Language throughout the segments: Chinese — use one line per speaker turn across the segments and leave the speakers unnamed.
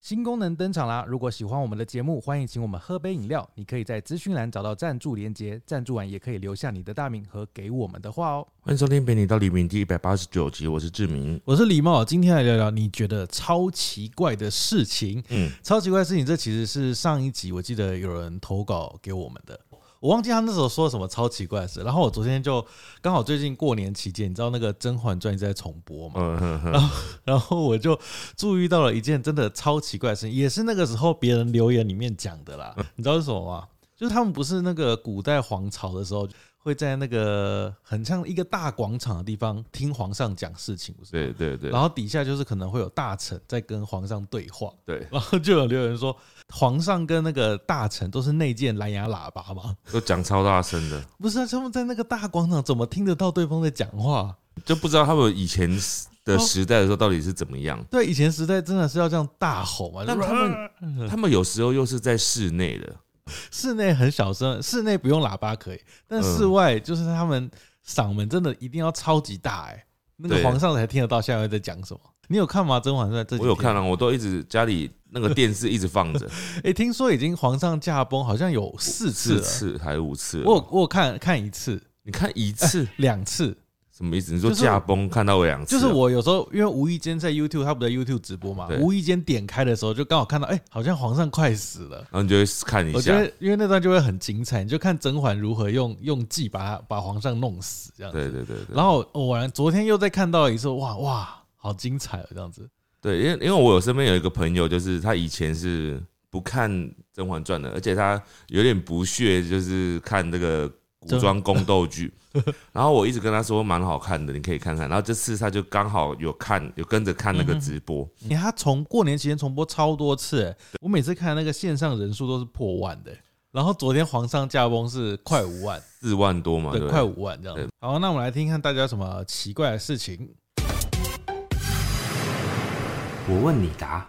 新功能登场啦！如果喜欢我们的节目，欢迎请我们喝杯饮料。你可以在资讯栏找到赞助连接，赞助完也可以留下你的大名和给我们的话哦。
欢迎收听《陪你到黎明》第一百八十九集，我是志明。
我是李茂，今天来聊聊你觉得超奇怪的事情。
嗯，
超奇怪的事情，这其实是上一集我记得有人投稿给我们的，我忘记他那时候说什么超奇怪的事。然后我昨天就刚好最近过年期间，你知道那个《甄嬛传》一直在重播嘛，
嗯哼哼，
然后然后我就注意到了一件真的超奇怪的事情，也是那个时候别人留言里面讲的啦。你知道是什么吗？就是他们不是那个古代皇朝的时候。会在那个很像一个大广场的地方听皇上讲事情，不是？
对对对，
然后底下就是可能会有大臣在跟皇上对话，
对，
然后就有留言说，皇上跟那个大臣都是内建蓝牙喇叭吗？
都讲超大声的，
不是啊，他们在那个大广场怎么听得到对方在讲话？啊
就不知道他们以前的时代的时候到底是怎么样。
对，以前时代真的是要这样大吼嘛，
但
就是
他
嗯
们他们有时候又是在室内的，
室内很小声，室内不用喇叭可以，但
嗯
室外就是他们嗓门真的一定要超级大哎、那个
对
皇上才听得到下面在讲什么。你有看吗？《甄嬛传》这几
我有看
天
了、我都一直家里那个电视一直放着，
哎、听说已经皇上驾崩，好像有 四次
四
了。
次还是五次了？
我有我有看看一次、
你看一 次啊
两次，
什么意思？你说
就是
驾崩看到我两次
就
啊，
是我有时候因为无意间在 YouTube，他不在 YouTube 直播嘛
对，
无意间点开的时候就刚好看到，哎、好像皇上快死了。
然后你就会看一
我觉
下
得，，因为那段就会很精彩，你就看甄嬛如何用用计把他把皇上弄死这样子。
对对对对
然后偶然昨天又再看到一次，哇哇，好精彩哦，这样子。
对，因为因为我有身边有一个朋友，就是他以前是不看《甄嬛传》的，而且他有点不屑，就是看这个古装宫斗剧。 然后我一直跟他说蛮好看的，你可以看看。然后这次他就刚好有看，有跟着看那
嗯
个直播，
你看他从过年期间重播超多次、欸我每次看那个线上人数都是破万的欸、然后昨天皇上驾崩是快五万，
四万多 嘛，对
对，
不
快
对，
五万这样子。好，那我们来听听看大家有什么奇怪的事情。
我问你答，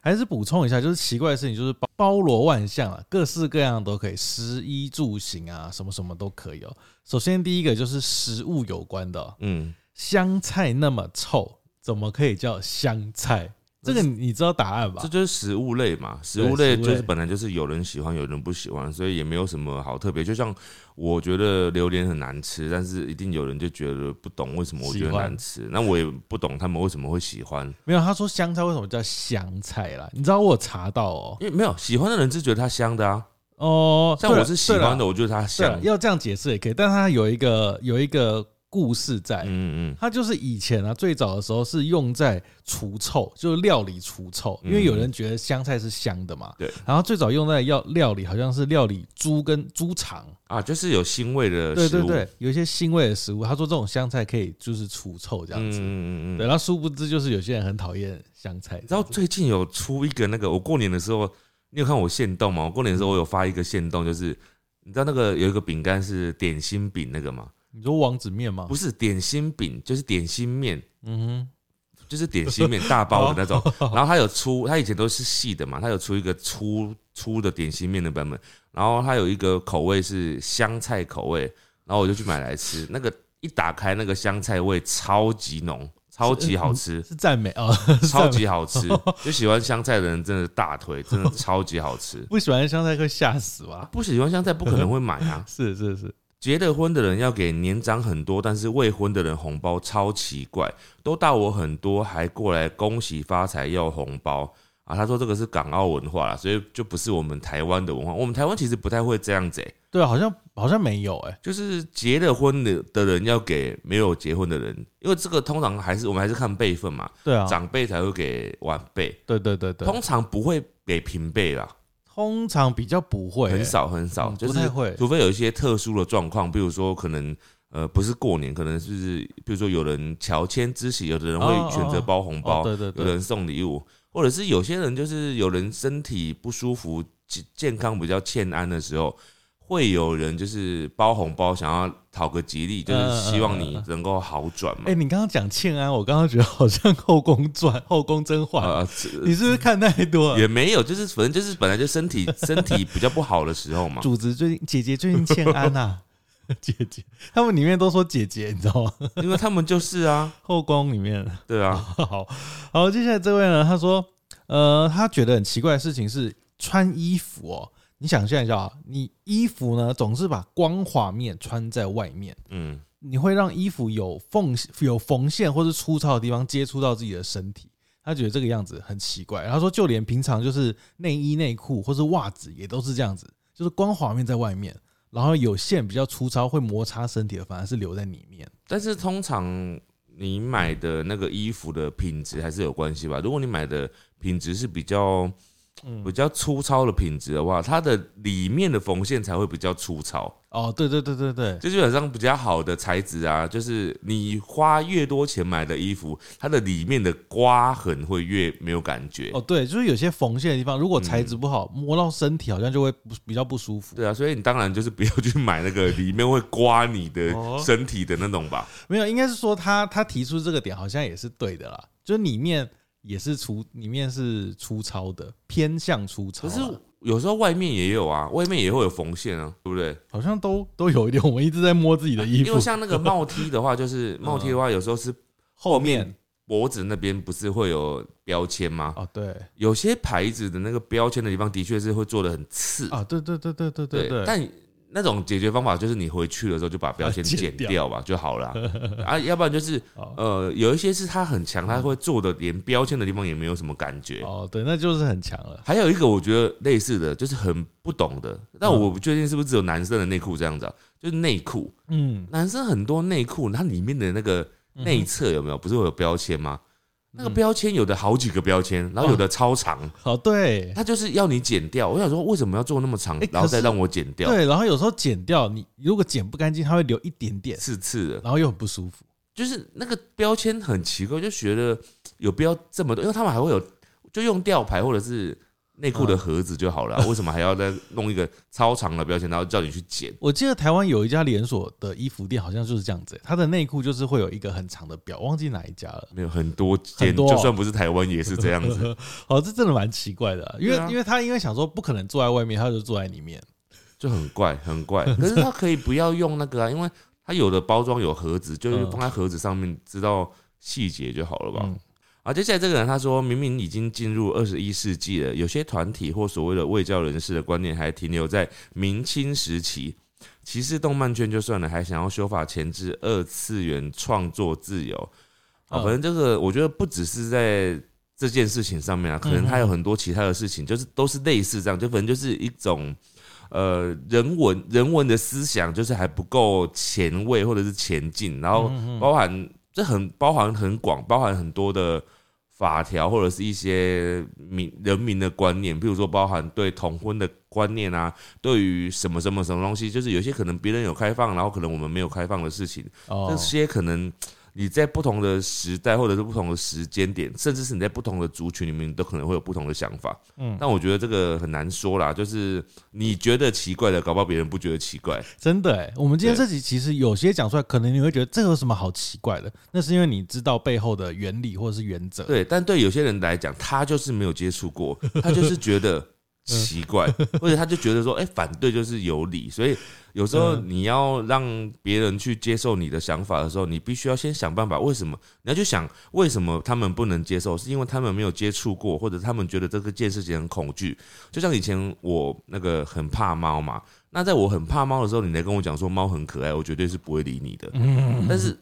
还是补充一下，就是奇怪的事情，就是包包罗万象啊，各式各样都可以，食衣住行啊，什么什么都可以哦。首先第一个就是食物有关的哦、
嗯，
香菜那么臭，怎么可以叫香菜？这个你知道答案吧
这？就是食物类嘛，食
对
物类
食物
就是
类
本来就是有人喜欢，有人不喜欢，所以也没有什么好特别。就像我觉得榴莲很难吃，但是一定有人就觉得不懂为什么我觉得
喜欢
难吃，那我也不懂他们为什么会喜欢，
没有，他说香菜为什么叫香菜啦？你知道我有查到哦、
因为没有喜欢的人是觉得它香的啊，
哦，
像
对
我
了
是喜欢
对
的，
了
我觉得它
对
香
了，。要这样解释也可以，但他有一个有一个故事在，
嗯嗯
它就是以前啊，最早的时候是用在除臭，就是料理除臭，因为
嗯
有人觉得香菜是香的嘛。
对。
然后最早用在要料理，好像是料理猪跟猪肠，
啊，就是有腥味的
对
食
对
物，
对，有一些腥味的食物。他说这种香菜可以就是除臭这样
嗯
子。
嗯嗯
对，
嗯。
然后殊不知就是有些人很讨厌香菜
你知，道最近有出一个那个，我过年的时候，你有看我现动吗？我过年的时候我有发一个现动，就是你知道那个有一个饼干是点心饼那个吗？
你说王子面吗
不？是点心饼，就是点心面，
嗯
就是点心面大包的那种。然后它有出，它以前都是细的嘛，它有出一个粗粗的点心面的版本，然后它有一个口味是香菜口味，然后我就去买来吃。那个一打开，那个香菜味超级浓，超级好吃
哼，，是赞美啊，是赞
超
美。
级好吃。就喜欢香菜的人真的大腿，真的超级好吃
不喜欢香菜会吓死吧？
不喜欢香菜不可能会买啊！
是是是，
结了婚的人要给年长很多，但是未婚的人红包超奇怪，都大我很多，还过来恭喜发财要红包啊！他说这个是港澳文化啦，所以就不是我们台湾的文化。我们台湾其实不太会这样子、欸，
对，啊好像好像没有哎、
就是结了婚的的人要给没有结婚的人，因为这个通常还是我们还是看辈分嘛，
对啊，
长辈才会给晚辈，
对对对对，
通常不会给平辈啦。
通常比较不会、
很
欸
少很少，
嗯
就
不
是
太会
除非有一些特殊的状况，比如说可能呃不是过年，可能是比如说有人乔迁之喜，有的人
哦哦
会选择包红包，
哦对对对
有人送礼物，或者是有些人就是有人身体不舒服、健健康比较欠安的时候。会有人就是包红包，想要讨个吉利，就
嗯嗯
是希望
嗯
你
嗯
能够好转嘛
哎、。你刚刚讲欠安，我刚刚觉得好像《后宫传》 《后宫甄嬛》
呃，这
你是不是看太多了？
也没有，就是反正就是本来就身体身体比较不好的时 候嘛。
主子最近姐姐最近欠安啊， 姐姐，他们里面都说姐姐，你知道吗？
因为他们就是啊，
后宫里面，
对啊，
好好，接下来这位呢，他说。呃，他觉得很奇怪的事情是穿衣服哦。你想象一下啊，你衣服呢总是把光滑面穿在外面，
嗯，
你会让衣服有缝有缝线或是粗糙的地方接触到自己的身体。他觉得这个样子很奇怪，然后说就连平常就是内衣内裤或是袜子也都是这样子，就是光滑面在外面，然后有线比较粗糙会摩擦身体的反而是留在里面。
但是通常你买的那个衣服的品质还是有关系吧？如果你买的品质是比较比较粗糙的品质的话，它的里面的缝线才会比较粗糙。
哦，对对对对对，
就基本上比较好的材质啊，就是你花越多钱买的衣服，它的里面的刮痕会越没有感觉。
哦对，就是有些缝线的地方，如果材
嗯
质不好，摸到身体好像就会不比较不舒服。
对啊，所以你当然就是不要去买那个里面会刮你的
哦
身体的那种吧。
没有，应该是说他他提出这个点好像也是对的啦，就是里面也是粗，里面是粗糙的，偏向粗糙
可
啊，
是哦有时候外面也有啊，外面也会有缝线啊，对不对？
好像都都有一点，我们一直在摸自己的衣
啊因
服嗯
为，像那个帽 T 的 话，就是帽 T 的话，有时候是
后面
脖子那边不是会有标签吗？
哦对
有些牌子的那个标签的地方的确是会做的很刺
啊对对对对对对对，
但那种解决方法就是你回去的时候就把标签
把它
剪
剪掉
掉吧就好了啊 啊，要不然就是
哦
呃，有一些是它很强，它会做的连标签的地方也没有什么感觉。
哦对，那就是很强了。
还有一个我觉得类似的就是很不懂的，但我不确定是不是只有男生的内裤这样子、啊，就是内裤，
嗯，
男生很多内裤它里面的那个内侧有没有不是会有标签吗？
嗯
那个标签有的好几个标签，然后有的超长，
哦对
它就是要你剪掉。我想说为什么要做那么长
哎，
然后再
可是
让我剪掉，
对，然后有时候剪掉，你如果剪不干净，它会留一点点，
刺刺的。
然后又很不舒服。
就是那个标签很奇怪，就觉得有必要这么多，因为他们还会有就用吊牌或者是内裤的盒子就好
嗯
了啊、为什么还要再弄一个超长的标签，然后叫你去剪？
我记得台湾有一家连锁的衣服店，好像就是这样子、欸，它的内裤就是会有一个很长的表，忘记哪一家了。
没有很多间，
很多哦
就算不是台湾也是这样子。
哦，这真的蛮奇怪的啊、因为、
对啊
因为他因为想说不可能坐在外面，他就坐在里面。
就很怪， 很怪。可是它可以不要用那个啊，因为它有的包装有盒子，就是
嗯
放在盒子上面，知道细节就好了吧
嗯。
啊，接下来这个人他说明明已经进入二十一世纪了，有些团体或所谓的卫教人士的观念还停留在明清时期，歧视动漫圈就算了，还想要修法前置二次元创作自由。啊，
嗯
反正这个我觉得不只是在这件事情上面啊，可能还有很多其他的事情，就是都是类似这样，就反正就是一种呃人文人文的思想，就是还不够前卫或者是前进，然后包含这很包含很广，包含很多的法条或者是一些民人民的观念，比如说包含对同婚的观念啊，对于什么什么什么东西，就是有些可能别人有开放，然后可能我们没有开放的事情，
哦
这，些可能你在不同的时代或者是不同的时间点，甚至是你在不同的族群里面，都可能会有不同的想法。
嗯
但我觉得这个很难说啦，就是你觉得奇怪的，搞不好别人不觉得奇怪。
真的哎、我们今天
对
这集其实有些讲出来，可能你会觉得这有什么好奇怪的？那是因为你知道背后的原理或者是原则。
对，但对有些人来讲，他就是没有接触过，他就是觉得奇怪，或者他就觉得说，哎、反对就是有理。所以有时候
嗯
你要让别人去接受你的想法的时候，你必须要先想办法，为什么？你要去想为什么他们不能接受，是因为他们没有接触过，或者他们觉得这个件事情很恐惧。就像以前我那个很怕猫嘛，那在我很怕猫的时候，你来跟我讲说猫很可爱，我绝对是不会理你的。但是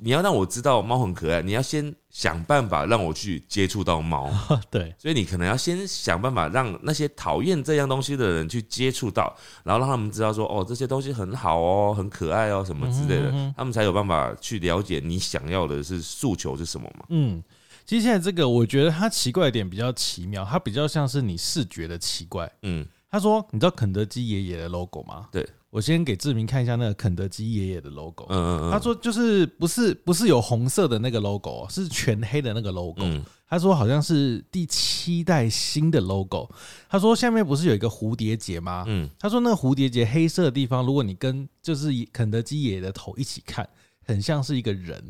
你要让我知道猫很可爱，你要先想办法让我去接触 到猫，
对，
所以你可能要先想办法让那些讨厌这样东西的人去接触到，然后让他们知道说哦这些东西很好哦，很可爱哦什么之
嗯
类的，他们才有办法去了解你想要的是诉求是什么嘛。
嗯，其实现在这个我觉得它奇怪的点比较奇妙，它比较像是你视觉的奇怪。
嗯，
他说：“你知道肯德基爷爷的 logo 吗？”
对，
我先给志明看一下那个肯德基爷爷的 logo。
嗯嗯嗯，
他说：“就是不是不是有红色的那个 logo，哦是全黑的那个 logo。
嗯
他说好像是第七代新的 logo。他说下面不是有一个蝴蝶结吗？
嗯
他说那个蝴蝶结黑色的地方，如果你跟就是肯德基爷爷的头一起看，很像是一个 人，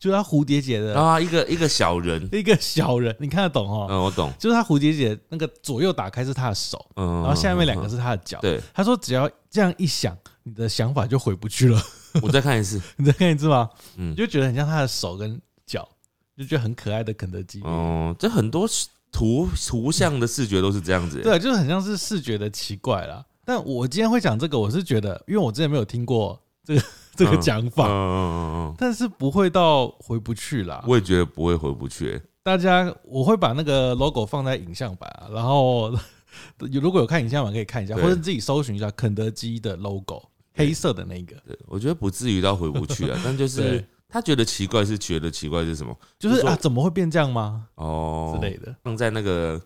就是他蝴蝶结
然
的
后他一个一个 小人，
一个小人，你看得懂哦？
嗯我懂，
就是他蝴蝶结那个左右打开是他的手，
嗯，
然后下面两个
嗯嗯
是他的脚。
对，
他说只要这样一想，你的想法就回不去了。
嗯我再看一次，
你再看一次吗？
嗯
你就觉得很像他的手跟脚，就觉得很可爱的肯德基。
哦，这很多图图像的视觉都是这样 子、
对，就是很像是视觉的奇怪啦。但我今天会讲这个，我是觉得，因为我之前没有听过这个 这个
嗯
讲
嗯
法，
嗯嗯嗯，
但是不会到回不去啦。
我也觉得不会回不去、
大家我会把那个 logo 放在影像版、啊，然后 有如果有看影像版可以看一下，或
对
者你自己搜寻一下肯德基的 logo，
对
黑色的那个，
对我觉得不至于到回不去啊， 但就是
对
他觉得奇怪是觉得奇怪是什么
就是
就是
啊，怎么会变这样吗
哦
之类的？
放在那个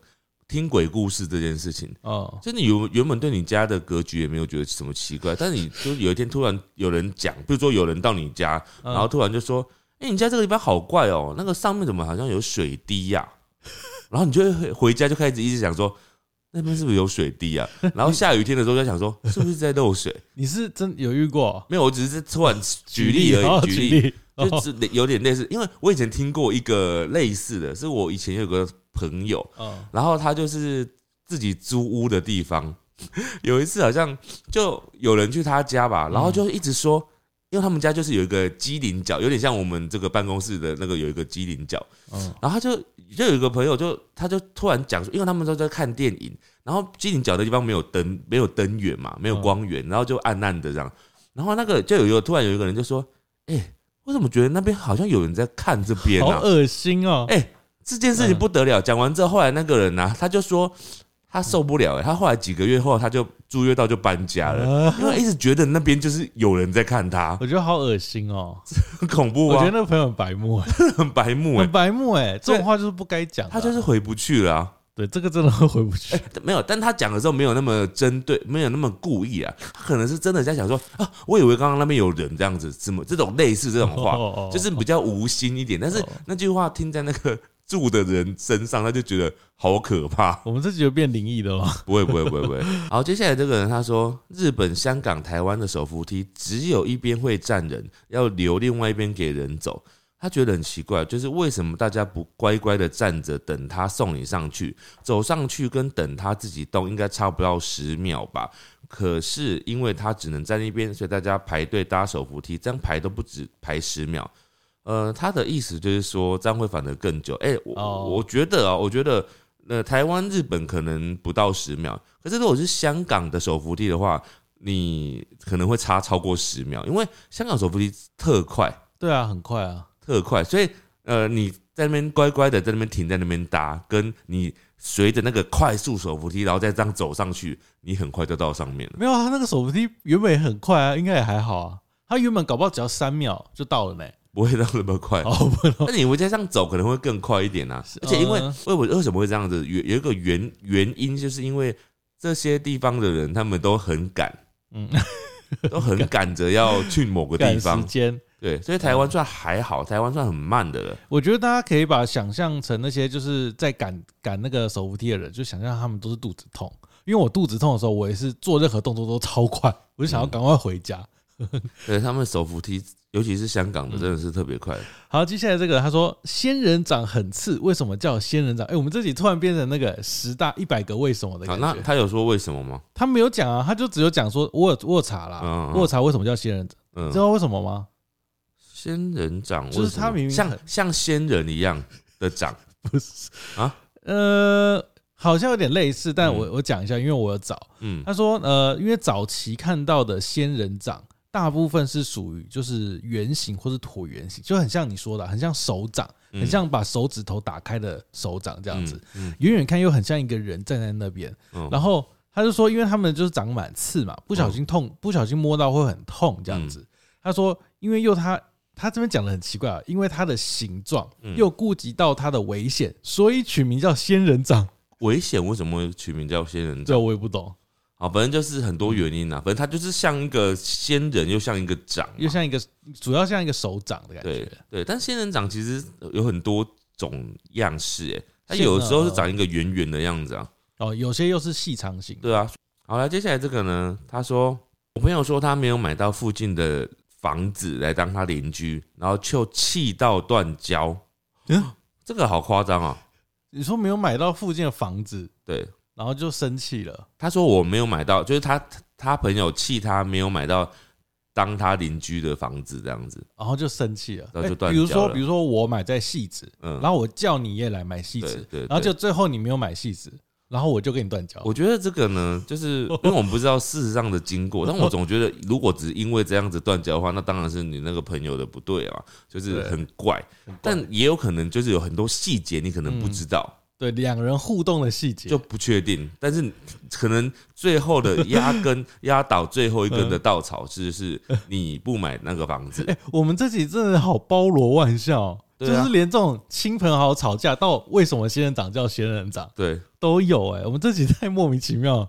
听鬼故事这件事情，
哦，
就你原原本对你家的格局也没有觉得什么奇怪，但你就有一天突然有人讲，比如说有人到你家，
嗯
然后突然就说：“哎、你家这个地方好怪哦，那个上面怎么好像有水滴呀、 然后你就会回家就开始一直想说，那边是不是有水滴啊？然后下雨天的时候就想说，是不是在漏水？
你是真有遇过？
没有，我只是突然举例而
哦
已，
举
举例。
例，
就
哦
是有点类似，因为我以前听过一个类似的，是我以前有个朋友，
哦
然后他就是自己租屋的地方。有一次好像就有人去他家吧，然后就一直说，因为他们家就是有一个机灵角，有点像我们这个办公室的那个有一个机灵角。
嗯，
然后他就就有一个朋友就他就突然讲说，因为他们都在看电影，然后机灵角的地方没有灯，没有灯源嘛，没有光源，然后就暗暗的这样。然后那个就有一个突然有一个人就说：“哎、我怎么觉得那边好像有人在看这边啊
好？”恶心哦，
哎、这件事情不得了。讲完之后，后来那个人呢、他就说他受不了、哎，他后来几个月后，他就租约到就搬家了，
啊
因为一直觉得那边就是有人在看他，
我觉得好恶心哦，
很恐怖
我觉得
啊，
那个朋友很白目 哎，
很白目哎、
很白目哎，这种话就是不该讲的啊，
他就是回哎不去了啊、
对这个真的会回不去，
但没有，但他讲的时候没有那么针对，没有那么故意啊，他可能是真的在想说啊，我以为刚刚那边有人这样子，怎么这种类似这种话，
哦哦哦
就是比较无心一点，但是
哦
那句话听在那个住的人身上，他就觉得好可怕。
我们这集就变灵异的哦了吗，
不会不会不会不会。好，接下来这个人他说，日本、香港、台湾的手扶梯只有一边会站人，要留另外一边给人走。他觉得很奇怪，就是为什么大家不乖乖的站着等他送你上去，走上去跟等他自己动应该差不到十秒吧？可是因为他只能站一边，所以大家排队搭手扶梯，这样排都不止排十秒。呃，他的意思就是说这样会反而更久。哎、我、
哦
我觉得啊，我觉得呃，台湾、日本可能不到十秒，可是如果是香港的手扶梯的话，你可能会差超过十秒，因为香港手扶梯特快，
对啊，很快啊，
特快，所以呃，你在那边乖乖的在那边停在那边搭，跟你随着那个快速手扶梯，然后再这样走上去，你很快就到上面了。
没有啊，他那个手扶梯原本也很快啊，应该也还好啊。他原本搞不好只要三秒就到了呢。
不会到那么快。
哦，不能
那你回家这样走可能会更快一点啊
是，
而且因为
嗯
为我为什么会这样子，有有一个原原因，就是因为这些地方的人他们都很赶，
嗯，
都很赶着要去某个地
赶时
方，
间。
对，所以台湾算还好，台湾算很慢的了，
我觉得大家可以把想象成那些就是在赶赶那个手扶梯的人，就想象他们都是肚子痛。因为我肚子痛的时候，我也是做任何动作都超 快，我就想要赶快回家。
对他们手扶梯，尤其是香港的，
嗯
真的是特别快。
好，接下来这个他说仙人掌很刺，为什么叫仙人掌？哎、我们这里突然变成那个十大一百个为什么的
好，
感
那
觉。
他有说为什么吗？
他没有讲啊，他就只有讲说我有我有查啦，
嗯嗯
我有查为什么叫仙人掌，知
嗯，
道为什么吗？
仙人掌为什
就
么，
是他明明
像
很
像仙人一样的 掌，
不是
啊，
呃，好像有点类似，但
嗯
我、我讲一下，因为我有找，
嗯
他说呃，因为早期看到的仙人掌大部分是属于就是圆形或是椭圆形，就很像你说的，很像手掌，
嗯
很像把手指头打开的手掌这样子，，
嗯，
远远看又很像一个人站在那边，
嗯
然后。他就说，因为他们就是长满刺嘛，不小心痛，
嗯
不小心摸到会很痛这样子。他说，因为又他他这边讲的很奇怪啊，因为它的形状
嗯
又顾及到它的危险，所以取名叫仙人掌。
危险为什么会取名叫仙人
这
掌？
我也不懂，
好，反正就是很多原因呐、反正它就是像一个仙人，又像一个掌嘛，
嗯又像一个主要像一个手掌的感
对
觉。
对。但仙人掌其实有很多种样式、欸，它
仙
有
人
时候是长一个圆圆的样子啊，
哦，有些又是细长型的。
对啊。好了，接下来这个呢，他说我朋友说他没有买到附近的房子来当他邻居，然后就气到断交，
嗯
这个好夸张啊！
你说没有买到附近的房子，
对，
然后就生气了，
他说我没有买到，就是他他朋友气他没有买到当他邻居的房子这样子。
然后就生气了。
然后就
哎
断
比如
交
说，
了
比如说我买在戏子，
嗯
然后我叫你也来买戏子
对对，
然后
对
就最后你没有买戏子，然后我就跟你断交。
我觉得这个呢，就是因为我们不知道事实上的经 过，但我总觉得如果只是因为这样子断交的话，那当然是你那个朋友的不对啊，就是很怪。嗯但也有可能就是有很多细节你可能不知道，
对两人互动的细节，
就不确定。但是可能最后的压 根压倒最后一根的稻草是是你不买那个房子
哎、，我们这集真的好包罗万象哦、
对
就
啊
是连这种亲朋好友吵架到为什么仙人掌叫仙人掌
对，
都有哎、我们这集太莫名其妙。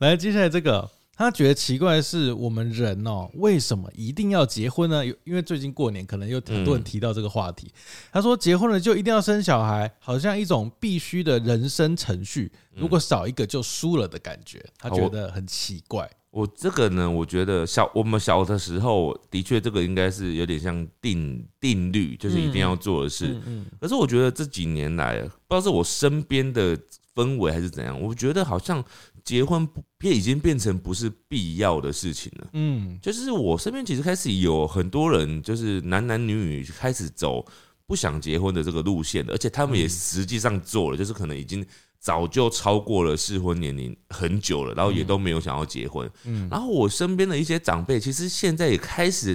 来，接下来这个他觉得奇怪的是，我们人哦、为什么一定要结婚呢？有因为最近过年可能有很多人
嗯
提到这个话题，他说结婚了就一定要生小孩，好像一种必须的人生程序，如果少一个就输了的感觉，他
好
觉
我
得很奇怪。
我这个呢，我觉得小我们小的时候，的确这个应该是有点像定定律，就是一定要做的事。
嗯嗯，
可是我觉得这几年来，不知道是我身边的氛围还是怎样，我觉得好像结婚不也已经变成不是必要的事情了。
嗯，
就是我身边其实开始有很多人，就是男男女女开始走不想结婚的这个路线了，而且他们也实际上做了，就是可能已经早就超过了适婚年龄很久了，然后也都没有想要结婚。
嗯
然后我身边的一些长辈，其实现在也开始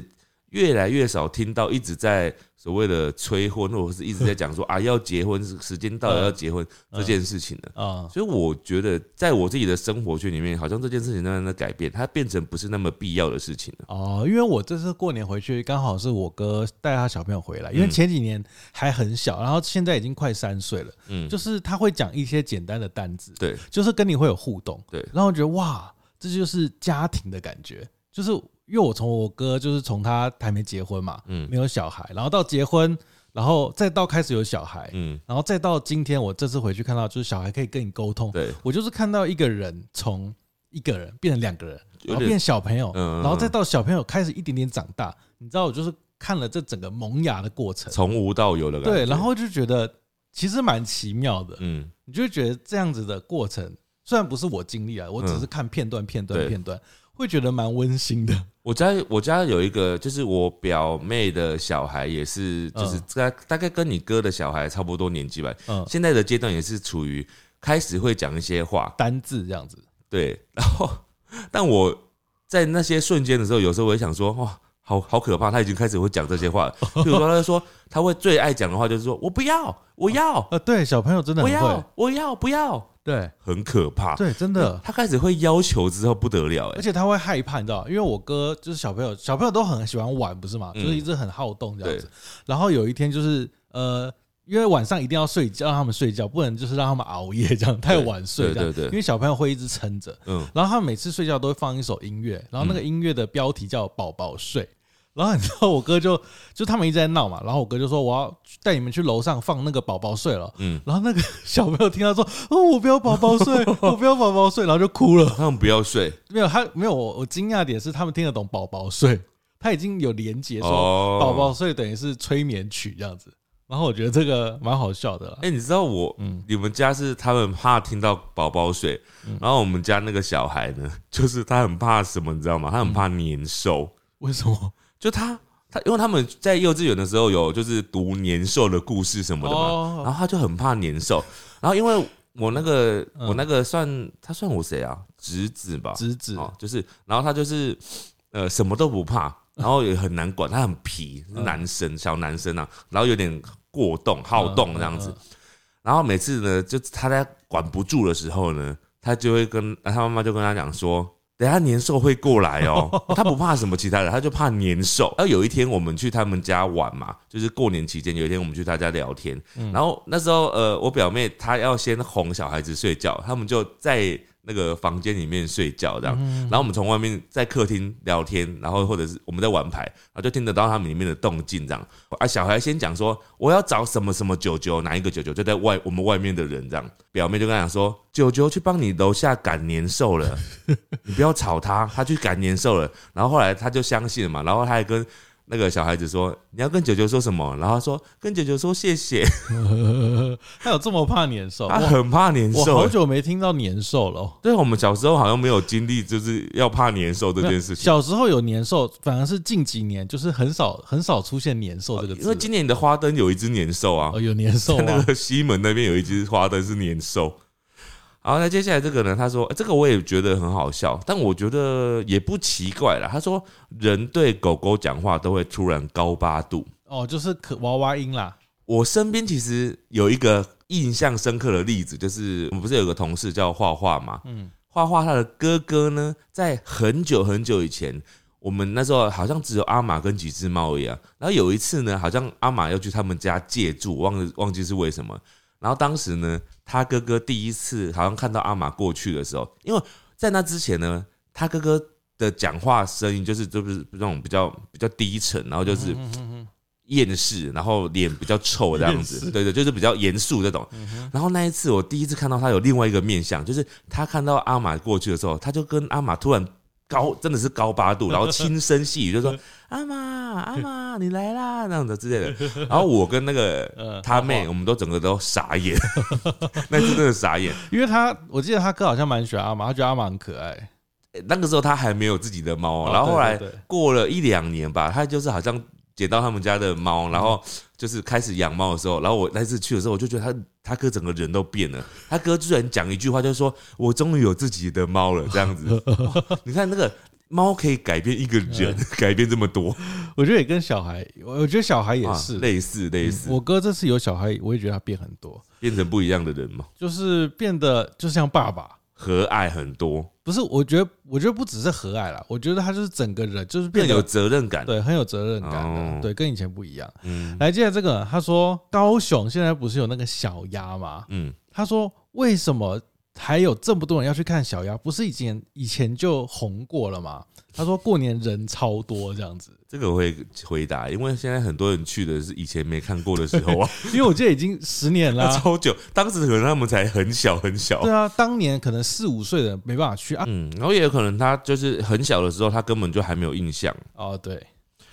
越来越少听到一直在所谓的催婚，或者是一直在讲说啊要结婚，时间到了
嗯
要结婚这件事情了。
啊、
所以我觉得，在我自己的生活圈里面，好像这件事情慢慢的改变，它变成不是那么必要的事情了。
哦，因为我这次过年回去，刚好是我哥带他小朋友回来，因为
嗯
前几年还很小，然后现在已经快三岁了，
嗯，
就是他会讲一些简单的单字，
对
就是跟你会有互动，
对
然后我觉得哇，这就是家庭的感觉，就是因为我从我哥就是从他还没结婚嘛，
嗯
没有小孩，然后到结婚，然后再到开始有小孩，
嗯，
然后再到今天我这次回去看到，就是小孩可以跟你沟通，
对，
我就是看到一个人从一个人变成两个人，
有
然后
点
变小朋友，
嗯嗯嗯
然后再到小朋友开始一点点长大。你知道，我就是看了这整个萌芽的过程，
从无到有的感觉。
对，然后就觉得其实蛮奇妙的。
嗯，
你就会觉得这样子的过程，虽然不是我经历啊，我只是看片段、片段、
嗯对
片段，会觉得蛮温馨的。
我家我家有一个，就是我表妹的小孩，也是就是
嗯
大大概跟你哥的小孩差不多年纪吧，
嗯，
现在的阶段也是处于开始会讲一些话，
单字这样子，
对，然后但我在那些瞬间的时候，有时候我会想说，哇，好好可怕，他已经开始会讲这些话了。比如说，他就说他会最爱讲的话就是说我不要，我要，
呃，对，小朋友真的
我
很会，
要，啊我要，不要，
对
很可怕。
对，真的。
他开始会要求之后不得了，
而
哎，
且他会害怕，你知道吗，因为我哥就是小朋友，小朋友都很喜欢玩，不是吗？就
嗯
是一直很好动这样子。然后有一天就是呃，因为晚上一定要睡觉，让他们睡觉，不能就是让他们熬夜这样，太晚睡这样。
对对对
因为小朋友会一直撑着，
嗯，
然后他们每次睡觉都会放一首音乐，然后那个音乐的标题叫《宝宝睡》。然后你知道我哥就就他们一直在闹嘛，然后我哥就说我要带你们去楼上放那个宝宝睡了。
嗯
然后那个小朋友听到说哦我不要宝宝睡， 我不要宝宝睡，然后就哭了。
他们不要睡
没有他没有我我惊讶的点是他们听得懂宝宝睡，他已经有连接说
哦，
宝宝睡等于是催眠曲这样子。然后我觉得这个蛮好笑的啦
哎、。你知道我，
嗯
你们家是他们怕听到宝宝睡，然后我们家那个小孩呢，就是他很怕什么，你知道吗？他
嗯
很怕年兽，
为什么？
就他他，因为他们在幼稚园的时候有就是读年兽的故事什么的嘛，
哦
然后他就很怕年兽，然后因为我那个、
嗯
我那个算他算我谁啊？侄子吧，
侄子
哦，就是，然后他就是呃什么都不怕，然后也很难管，他很皮，是
嗯
男生、小男生啊，然后有点过动、好动这样子。
嗯嗯
然后每次呢，就他在管不住的时候呢，他就会跟他妈妈就跟他讲说。等一下年兽会过来哦，他不怕什么其他的，他就怕年兽。然后有一天我们去他们家玩嘛，就是过年期间，有一天我们去他家聊天，然后那时候呃，我表妹她要先哄小孩子睡觉，他们就在那个房间里面睡觉这样。然后我们从外面在客厅聊天，然后或者是我们在玩牌，然后就听得到他们里面的动静这样。啊，小孩先讲说我要找什么什么九九，哪一个九九就在外我们外面的人这样。表妹就跟他讲说，九九去帮你楼下赶年兽了，你不要吵他，他去赶年兽了。然后后来他就相信了嘛，然后他还跟。那个小孩子说你要跟九九说什么，然后他说跟九九说谢谢，
他有这么怕年兽？
他
我
很怕年
我
兽
好
欸。
久没听到年兽了哦。
对，我们小时候好像没有经历就是要怕年兽这件事情，
小时候有年兽，反而是近几年就是很少很少出现年兽这个字。
哦因为今年的花灯有一只年兽啊，
哦有年兽
在那
啊，
个西门那边有一只花灯是年兽。然后那接下来这个呢，他说、呃这个我也觉得很好笑，但我觉得也不奇怪啦。他说人对狗狗讲话都会突然高八度。
哦就是可娃娃音啦，
我身边其实有一个印象深刻的例子，就是我们不是有个同事叫画画嘛，
嗯，
画画他的哥哥呢，在很久很久以前，我们那时候好像只有阿玛跟几只猫一样。然后有一次呢，好像阿玛要去他们家借住，忘了忘记是为什么。然后当时呢，他哥哥第一次好像看到阿玛过去的时候，因为在那之前呢，他哥哥的讲话声音就是就是那种比较比较低沉，然后就是厌世，然后脸比较臭这样
厌
子，
世
对对，就是比较严肃这种。然后那一次我第一次看到他有另外一个面相，就是他看到阿玛过去的时候，他就跟阿玛突然高真的是高八 度，然后轻声细语就
嗯
说阿玛阿玛你来啦那样的之类的。然后我跟那个
嗯
他妹，我们都整个都傻 眼，那次真的傻眼。
因为他我记得他哥好像蛮喜欢阿玛，他觉得阿玛很可爱。
那个时候他还没有自己的猫，
哦
然后后来
对对对
过了一两年吧，他就是好像捡到他们家的猫，然后就是开始养猫的时候，然后我那次去的时候，我就觉得他他哥整个人都变了。他哥居然讲一句话，就说：“我终于有自己的猫了。”这样 子，哇你看那个猫可以改变一个人，
嗯
改变这么多，
我觉得也跟小孩，我我觉得小孩也
啊
是。
类似类似，
我哥这次有小孩，我也觉得他变很多，
变成不一样的人嘛，
就是变得就像爸爸。
和蔼很多，
不是，我觉得我觉得不只是和蔼啦，我觉得他就是整个人就是变
更
得
有责任感。
对很有责任感的，
哦
对，跟以前不一样。
嗯
来，接下来这个，他说高雄现在不是有那个小鸭吗？
嗯，
他说为什么还有这么多人要去看小鸭？不是以前以前就红过了吗？他说过年人超多这样子，
这个我会回答，因为现在很多人去的是以前没看过的时 候啊。
因为我记得已经十年啦、
那 超久，当时可能他们才很小很小
对。啊，当年可能四五岁的人没办法去啊。
嗯，然后也有可能他就是很小的时候，他根本就还没有印象。
哦，对，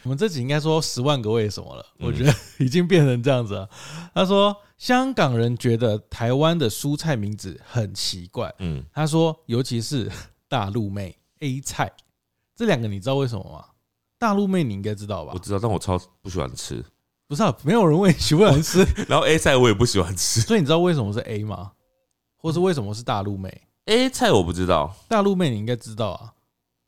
我们这集应该说十万个为什么了，
嗯
我觉得已经变成这样子了。他说香港人觉得台湾的蔬菜名字很奇怪，
嗯，
他说，尤其是 大陆妹 A 菜，这两个你知道为什么吗？大陆妹你应该知道吧
我？知道，但我超不喜欢吃。
不是、啊，没有人问喜不喜欢吃，
然后 A 菜我也不喜欢 吃
所以你知道为什么是 A 吗？或是为什么是大陆妹？
，A 菜我不知道，
大陆妹你应该知道啊，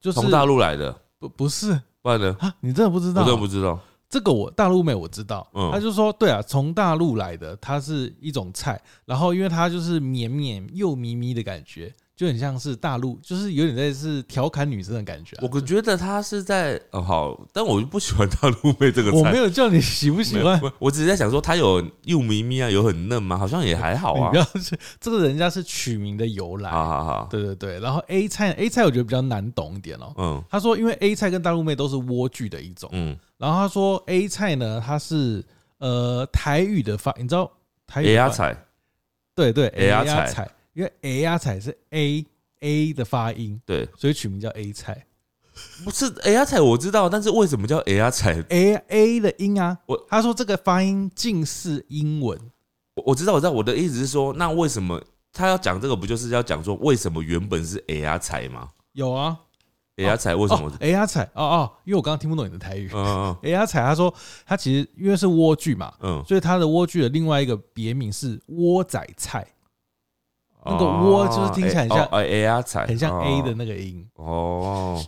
就是
从大陆来的，
不不是
不然呢？
啊，你真的不知
我
道
真
啊？
的不知道。
这个我大陆妹我知道，
嗯
他就说对啊，从大陆来的，它是一种菜，然后因为它就是绵绵又咪咪的感觉，就很像是大陆，就是有点类似调侃女生的感觉啊、
我觉得他是在哦好，但我就不喜欢大陆妹这个
我
菜
没。有叫你喜不喜欢，
不我只是在想说，它有又咪咪啊，有很嫩吗？好像也还好
你
啊
不。要去，这个人家是取名的由来。
好好好，
对对对，然后 A 菜 A 菜我觉得比较难懂一点哦。
嗯
他说，因为 A 菜跟大陆妹都是莴苣的一种，
嗯
然后他说 A 菜呢，它是呃台语的发，你知道台语
，A
的
鸭
发，
菜
对对
A 鸭
A
菜
菜，因为 A 鸭菜是 A A 的发音，
对，
所以取名叫 A 菜
不是 A 鸭菜我知道，但是为什么叫 A 鸭菜？
A A 的音啊
我。
他说这个发音近似英文，
我我知道，我知道，我的意思是说，那为什么他要讲这个？不就是要讲说为什么原本是 A R 彩吗
有啊，
？A R 彩为什么？
A 鸭菜哦哦，因为我刚刚听不懂你的台语。
嗯嗯
A 鸭菜，他说他其实因为是莴苣嘛，
嗯，
所以它的莴苣的另外一个别名是莴仔菜，那个
哦
窝就是听起来很像
哦哦 A R 彩，
很像
哦
A 的那个音。
哦。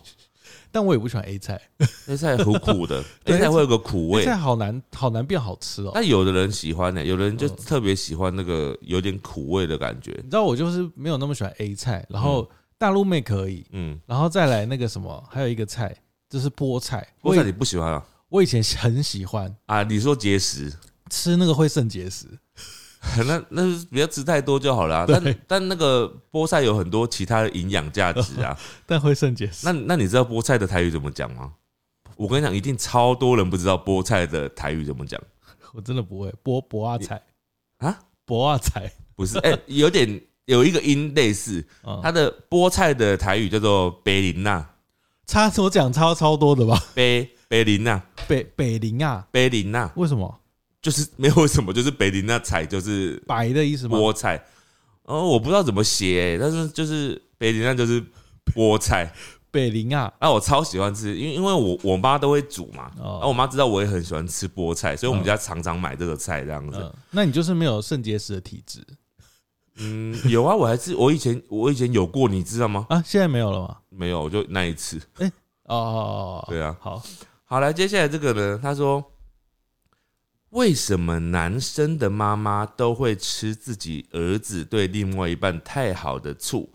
但我也不喜欢 A 菜
A 菜很苦的
对
，A 菜会有个苦
，A
味
菜。好难好难变好吃哦。
但有的人喜欢呢，有的人就
嗯
特别喜欢那个有点苦味的感觉。
你知道我就是没有那么喜欢 A 菜，然后大陆妹可以，
嗯，
然后再来那个什么，还有一个菜就是菠菜，
菠
我
菜你
以
不喜欢啊？
我以前很喜欢
啊，你说节食，
吃那个会肾结石，
那那是不要吃太多就好了啊。但但那个菠菜有很多其他的营养价值 啊。
但会肾结石
那那你知道菠菜的台语怎么讲吗？我跟你讲，一定超多人不知道菠菜的台语怎么讲
我真的不会菠菠啊菜
啊？
菠啊菜，
不 是，哎、有点有一个音类似，
嗯，
它的菠菜的台语叫做贝琳娜，
差我讲差超多的吧？
贝贝琳娜，
北北林啊？
北林娜
为什么
就是 没有什么，就是北林娜菜就是
白的意思吗？
菠菜。哦，我不知道怎么写、欸，但是就是北林娜就是菠菜。
北林啊，
那、啊、我超喜欢吃，因为因为我我妈都会煮嘛，然
哦
后、我妈知道我也很喜欢吃菠菜，所以我们
嗯
家常常买这个菜这样子。
嗯，那你就是没有肾结石的体质
嗯，有啊，我还是我以前我以前有过，你知道吗？
啊？现在没有了吗？
没有，我就那一次。
哦哦，哦
对啊，
好，
好来，接下来这个呢，他说，为什么男生的妈妈都会吃自己儿子对另外一半太好的醋？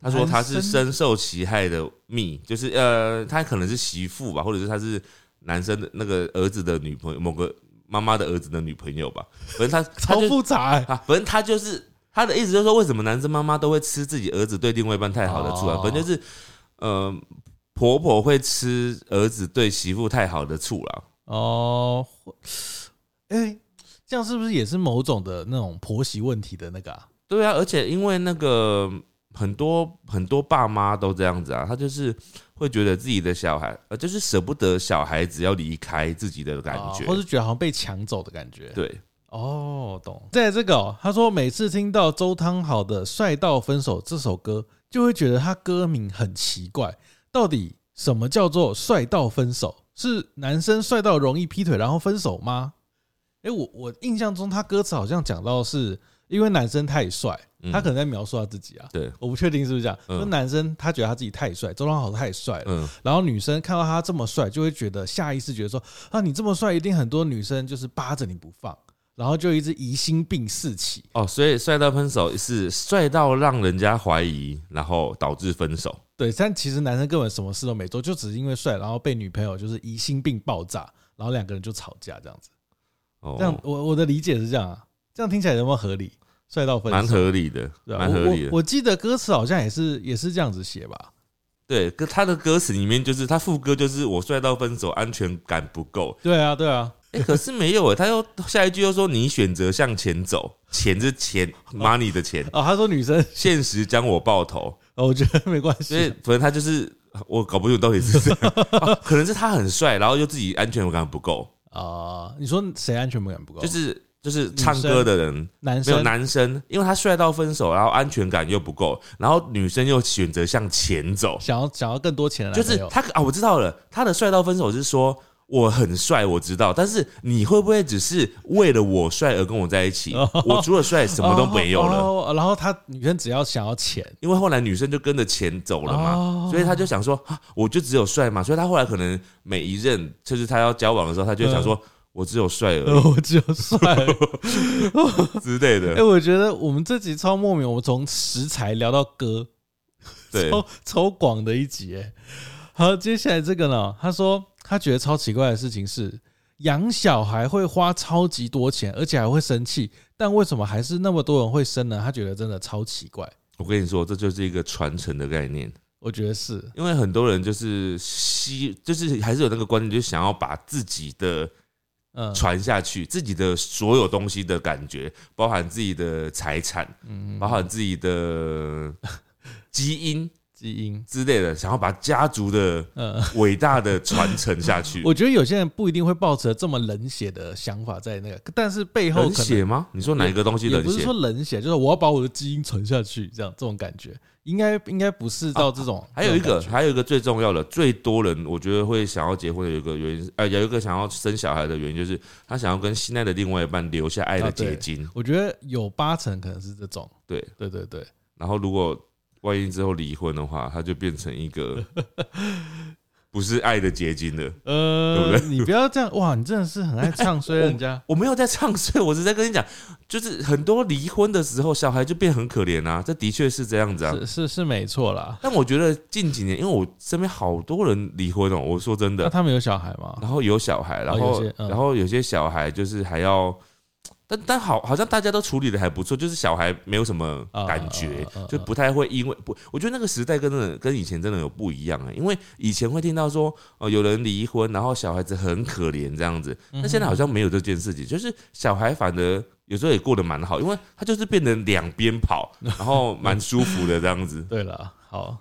他说他是
男生
深受其害的蜜，就是呃，他可能是媳妇吧，或者是他是男生的那个儿子的女朋友，某个妈妈的儿子的女朋友吧。反正他 他
超
就
复杂欸，
啊， 反正他就是他的意思，就是说为什么男生妈妈都会吃自己儿子对另外一半太好的醋啊？
哦
反正就是，呃，婆婆会吃儿子对媳妇太好的醋啦。
哦，或哎、这样是不是也是某种的那种婆媳问题的那个啊？
对啊，而且因为那个很多很多爸妈都这样子啊，他就是会觉得自己的小孩，呃，就是舍不得小孩子要离开自己的感觉
哦，或是觉得好像被抢走的感觉。
对，
哦，懂。在这个、哦，他说每次听到周汤好的《帅到分手》这首歌，就会觉得他歌名很奇怪。到底什么叫做帅到分手？是男生帅到容易劈腿然后分手吗？哎、我我印象中他歌词好像讲到是因为男生太帅，
嗯
他可能在描述他自己啊。
对，
我不确定是不是这样。
嗯
就男生他觉得他自己太帅，周汤好太帅了，
嗯，
然后女生看到他这么帅，就会觉得下意识觉得说啊，你这么帅，一定很多女生就是扒着你不放，然后就一直疑心病四起。
哦，所以帅到分手是帅到让人家怀疑，然后导致分手。
对，但其实男生根本什么事都没做，就只是因为帅，然后被女朋友就是疑心病爆炸，然后两个人就吵架这样子。
哦，
这样，我我的理解是这样啊，这样听起来有没有合理？帅到分
蛮
手，
合理的，
对啊
蛮合
我
理的
我。我记得歌词好像也是也是这样子写吧？
对，歌他的歌词里面就是他副歌就是我帅到分手，安全感不够。
对啊，对啊，
哎、可是没有哎，他又下一句又说你选择向前走，钱是钱，money 的钱，
哦，他说女生，
现实将我爆头。
哦我觉得没关
所以
系，
反正他就是我搞不清楚到底是谁、 啊可能是他很帅，然后又自己安全感不够，
啊、你说谁安全感不够？
就是就是
哦女
唱歌的人
男
没有
生
男生，因为他帅到分手，然后安全感又不够，然后女生又选择向前走，
想要想要更多钱的
就
男朋
是
友，
他啊，我知道了，他的帅到分手是说我很帅，我知道，但是你会不会只是为了我帅而跟我在 一起？我除了帅什么都没有了。
哦哦然后他女生只要想要钱，
因为后来女生就跟着钱走了嘛
哦，
所以他就想说，啊我就只有帅嘛，所以他后来可能每一任就是他要交往的时候，他就会想说，
嗯
我只有帅而
呃，我只有帅。
已之类
哎、
的。
我觉得我们这集超莫名，我们从食材聊到歌，
对，
超超广的一集。哎好，接下来这个呢，他说他觉得超奇怪的事情是。养小孩会花超级多钱，而且还会生气，但为什么还是那么多人会生呢？他觉得真的超奇怪，
我跟你说，这就是一个传承的概念，
我觉得是
因为很多人就是希，就是还是有那个观念，就是想要把自己的
嗯，
传下去，自己的所有东西的感觉，包含自己的财产，
嗯
包含自己的基因
基因，
之类的，想要把家族的
嗯，
伟大的传承下去。
我觉得有些人不一定会抱持这么冷血的想法在那个，但是背后
冷
可能
血吗？你说哪一个东西
也
冷
不是
血
说？冷血，就是我要把我的基因传下去，这样这种感觉，应该应该不是到这种。
啊还有一个，
这种感觉
还有一个最重要的，最多人我觉得会想要结婚的有一个原因，呃，有一个想要生小孩的原因，就是他想要跟心爱的另外一半留下爱的
啊对
结晶。
我觉得有八成可能是这种。
对，
对对对，
然后如果万一之后离婚的话，他就变成一个不是爱的结晶了。
呃，
对不。
你不要这样哇，你真的是很爱唱衰人家
我没有在唱衰，我只是在跟你讲，就是很多离婚的时候，小孩就变很可怜啊，这的确是这样子啊。
是是是没错 啦。
但我觉得近几年，因为我身边好多人离婚哦、我说真
那
的，
他们有小孩吗？
然后有小孩，然
哦
后
有些嗯
然后有些小孩就是还要，但但好好像大家都处理的还不错，就是小孩没有什么感觉
啊啊啊啊啊，
就不太会因为不，我觉得那个时代跟真的跟以前真的有不一样啊、因为以前会听到说哦、有人离婚，然后小孩子很可怜这样子，
嗯。
但现在好像没有这件事情，就是小孩反而。有时候也过得蛮好，因为他就是变成两边跑，然后蛮舒服的这样子
对了，好，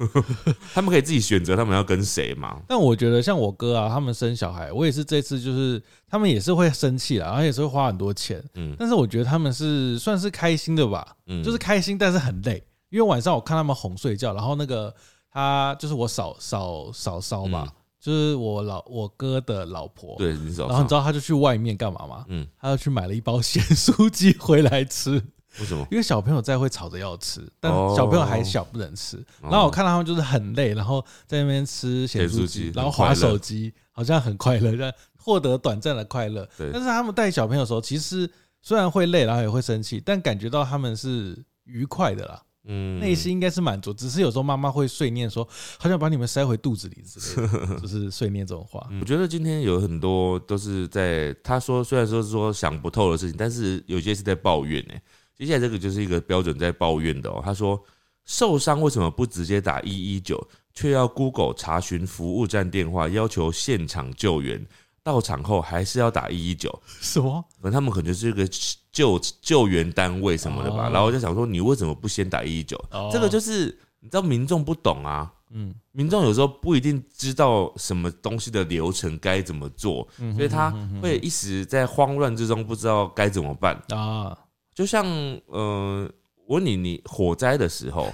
他们可以自己选择他们要跟谁嘛。
但我觉得像我哥啊，他们生小孩，我也是这次就是他们也是会生气啦，然后也是会花很多钱，
嗯
但是我觉得他们是算是开心的吧，
嗯，
就是开心，但是很累，因为晚上我看他们哄睡觉，然后那个他就是我嫂嫂嫂嫂嘛
嗯，
就是我老我哥的老婆，
对，你知道，
然后你知道他就去外面干嘛吗？
嗯，
他就去买了一包咸酥鸡回来吃，
为什么？
因为小朋友在会吵着要吃，但
哦
小朋友还小不能吃。然后我看到他们就是很累，然后在那边吃咸
咸酥
酥
鸡
鸡
很，
然后
快
划
乐
手机，好像很快乐，让获得短暂的快乐。
对
但是他们带小朋友的时候，其实虽然会累，然后也会生气，但感觉到他们是愉快的啦，
嗯
内心应该是满足。只是有时候妈妈会碎念说，好想把你们塞回肚子里之类 的，就是碎念这种话。
我觉得今天有很多都是在他说，虽然说是说想不透的事情，但是有些是在抱怨呢、接下来这个就是一个标准在抱怨的哦、他说受伤为什么不直接打一一九，却要 Google 查询服务站电话，要求现场救援，到场后还是要打一一九。
什么？
反正他们可能就是一个救救援单位什么的吧。
哦
然后我就想说，你为什么不先打一一九
哦？
这个就是你知道民众不懂啊。
嗯，
民众有时候不一定知道什么东西的流程该怎么做，所以
嗯
他会一时在慌乱之中不知道该怎么办。
啊，
就像呃，我问你，你火灾的时候，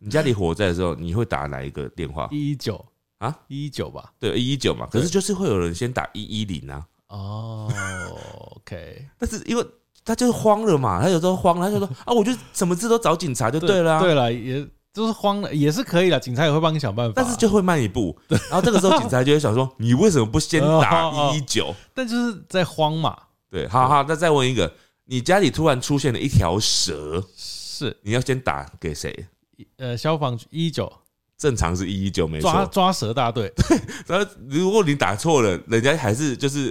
你家里火灾的时候，你会打哪一个电话？
一一九
啊，
一一九吧。
对，一一九嘛。可
对
是就是会有人先打一一零啊，
哦，OK，
但是因为他就是慌了嘛，他有时候慌了，他就说啊，我就什么事都找警察就对了、啊。
对了，也就是慌了，也是可以的，警察也会帮你想办法。
但是就会慢一步，然后这个时候警察就会想说，你为什么不先打一一九？
但就是在慌嘛，
对，好好，那再问一个，你家里突然出现了一条蛇，
是
你要先打给谁？
呃，消防局一九
正常是一一九没
抓
错，
抓蛇大队，
然后如果你打错了，人家还是就是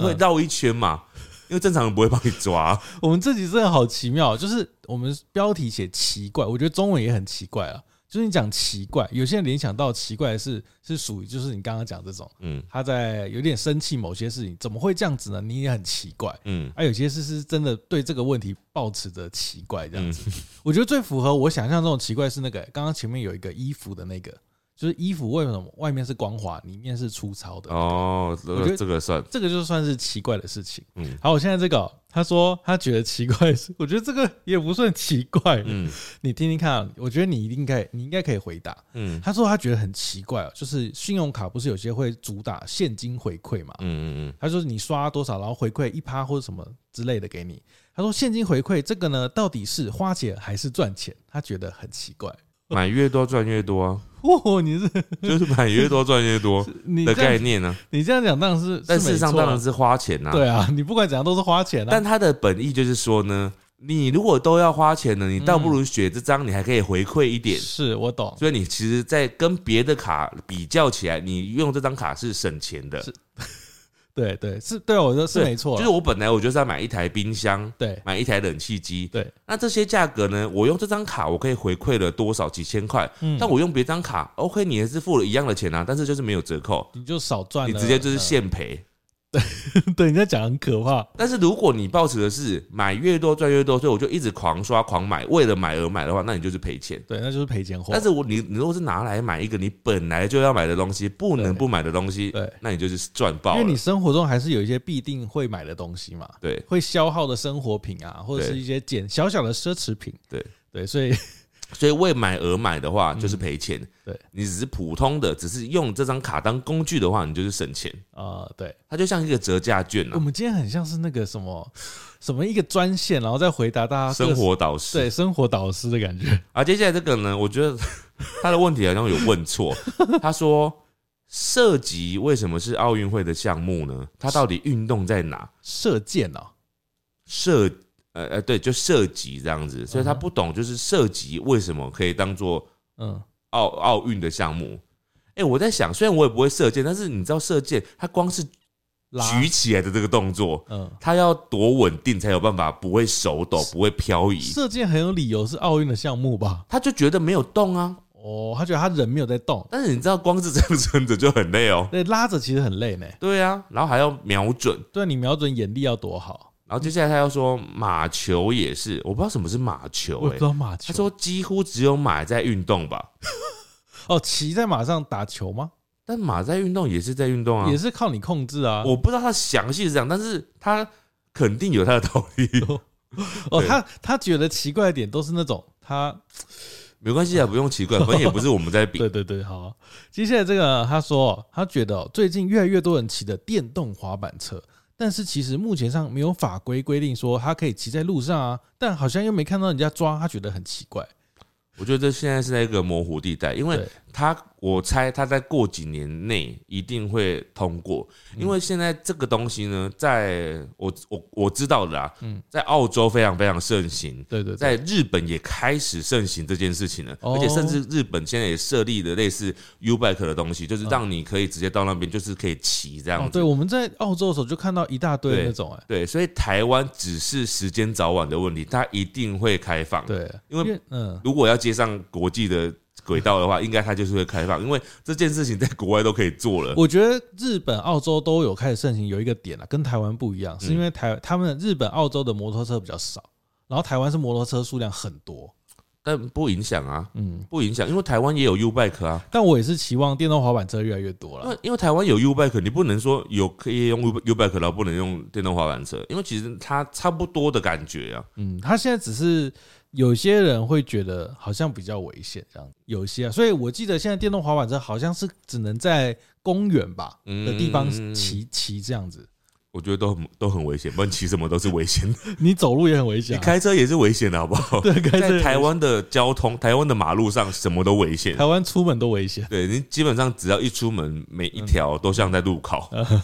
会
嗯
绕一圈嘛，因为正常人不会帮你抓。
我们这集真的好奇妙，就是我们标题写奇怪，我觉得中文也很奇怪啊。就是你讲奇怪，有些人联想到奇怪的是是属于就是你刚刚讲这种，
嗯
他在有点生气某些事情，怎么会这样子呢？你也很奇怪。
嗯
啊，有些事是真的对这个问题抱持着奇怪 这样
嗯
子。我觉得最符合我想象这种奇怪是那个刚刚前面有一个衣服的那个，就是衣服为什么外面是光滑，里面是粗糙的？
哦，这
我觉
个
得
这个算
这个就算是奇怪的事情。
嗯
好，我现在这个哦、他说他觉得奇怪的是，我觉得这个也不算奇怪。
嗯
你听听看啊、我觉得你应该你应该可以回答。
嗯
他说他觉得很奇怪哦，就是信用卡不是有些会主打现金回馈嘛？
嗯嗯嗯
他说你刷多少，然后回馈一趴或者什么之类的给你。他说现金回馈这个呢，到底是花钱还是赚钱？他觉得很奇怪。
嗯，买越多赚越多啊，
哦，你是
就是买越多赚越多
你
的
这
概
样
念呢、啊
你这样讲当然是，
但事实上
没错啊
当然是花钱呐、
对啊，你不管怎样都是花钱啊。
但他的本意就是说呢，你如果都要花钱了，你倒不如写这张，你还可以回馈一点。
嗯是我懂，
所以你其实，在跟别的卡比较起来，你用这张卡是省钱的
是。对对是，对啊我说是
对
没错啊，
就是我本来我就是要买一台冰箱，
对
买一台冷气机。
对，
那这些价格呢，我用这张卡我可以回馈了多少几千块，
嗯
但我用别张卡，OK，你也是付了一样的钱啊，但是就是没有折扣，
你就少赚
你
了，
直接就是现赔。
呃 对，你在讲很可怕，
但是如果你抱持的是买越多赚越多，所以我就一直狂刷狂买，为了买而买的话，那你就是赔钱。
对，那就是赔钱货。
但是我你你如果是拿来买一个你本来就要买的东西，不能
对
不买的东西
对，
那你就是赚爆
因为
了
你。生活中还是有一些必定会买的东西嘛，
对，
会消耗的生活品啊，或者是
对
一些简小小的奢侈品。
对
对，所以
所以为买而买的话就是赔钱。
嗯对，
你只是普通的，只是用这张卡当工具的话，你就是省钱。
呃， 对，
它就像一个折价券
我
啊，
们今天很像是那个什么什么一个专线，然后再回答大家各
生活导师。
对生活导师的感觉。
啊，接下来这个呢，我觉得 他的问题好像有 问错。他说，射击为什么是奥运会的项目呢？它到底运动在哪？
射箭哦，
射呃呃，对，就射击这样子，所以他不懂就是射击为什么可以当做
嗯，
奥奥运的项目。哎、我在想，虽然我也不会射箭，但是你知道射箭，它光是
拉
举起来的这个动作，
嗯，
它要多稳定才有办法不会手抖、不会漂移。
射箭很有理由是奥运的项目吧？
他就觉得没有动啊，
哦，他觉得他人没有在动，
但是你知道，光是这样撑着就很累哦。
对，拉着其实很累呢。
对啊，然后还要瞄准，
对你瞄准眼力要多好，
然后接下来他又说马球也是，我不知道什么是马
我
球、
也
欸，
不知道马球。
他说几乎只有马在运动吧，
哦，骑在马上打球吗？
但马在运动也是在运动啊哦
也，是靠你控制啊。
我不知道他详细是这样，但是他肯定有他的道理，
哦，
对
他他觉得奇怪的点都是那种他
没关系啊，不用奇 怪，反正也不是我们在比
对，对对，好。接下来这个他说，他觉得最近越来越多人骑的电动滑板车，但是其实目前上没有法规规定说他可以骑在路上啊，但好像又没看到人家抓，他觉得很奇怪。
我觉得现在是在一个模糊地带，因为
对
他，我猜他在过几年内一定会通过，
嗯
因为现在这个东西呢，在我我我知道的啊，
嗯
在澳洲非常非常盛行，
对对对，
在日本也开始盛行这件事情了，
哦
而且甚至日本现在也设立了类似 U Bike 的东西，就是让你可以直接到那边，就是可以骑这
嗯哦
样，
对，
子。
我们在澳洲的时候就看到一大堆
对
那种、哎，
对，所以台湾只是时间早晚的问题，它一定会开放。
对，
因为
嗯，
如果要接上国际的轨道的话， 应该它就是会开放，因为这件事情在国外都可以做了。
我觉得日本、澳洲都有开始盛行，有一个点啊，跟台湾不一
嗯
样，是因为台他们日本、澳洲的摩托车比较少，然后台湾是摩托车数量很多，
但不影响啊，
嗯，
不影响，因为台湾也有 U Bike 啊，
但我也是期望电动滑板车越来越多
因
了
为，因为台湾有 U Bike，你不能说有可以用 U Bike，然后不能用电动滑板车，因为其实它差不多的感觉啊。
嗯，他现在只是有些人会觉得好像比较危险这样，有些啊，所以我记得现在电动滑板车好像是只能在公园吧
嗯
的地方骑骑这样子，
我觉得都很都很危险，不然骑什么都是 危险的，
你走路也很危险
你
啊、
开车也是危险的，好不好？
对开车也
在台湾的交通、台湾的马路上什么都危险
台。湾出门都危险，
对你基本上只要一出门，每
嗯
一条都像在路考。
呃，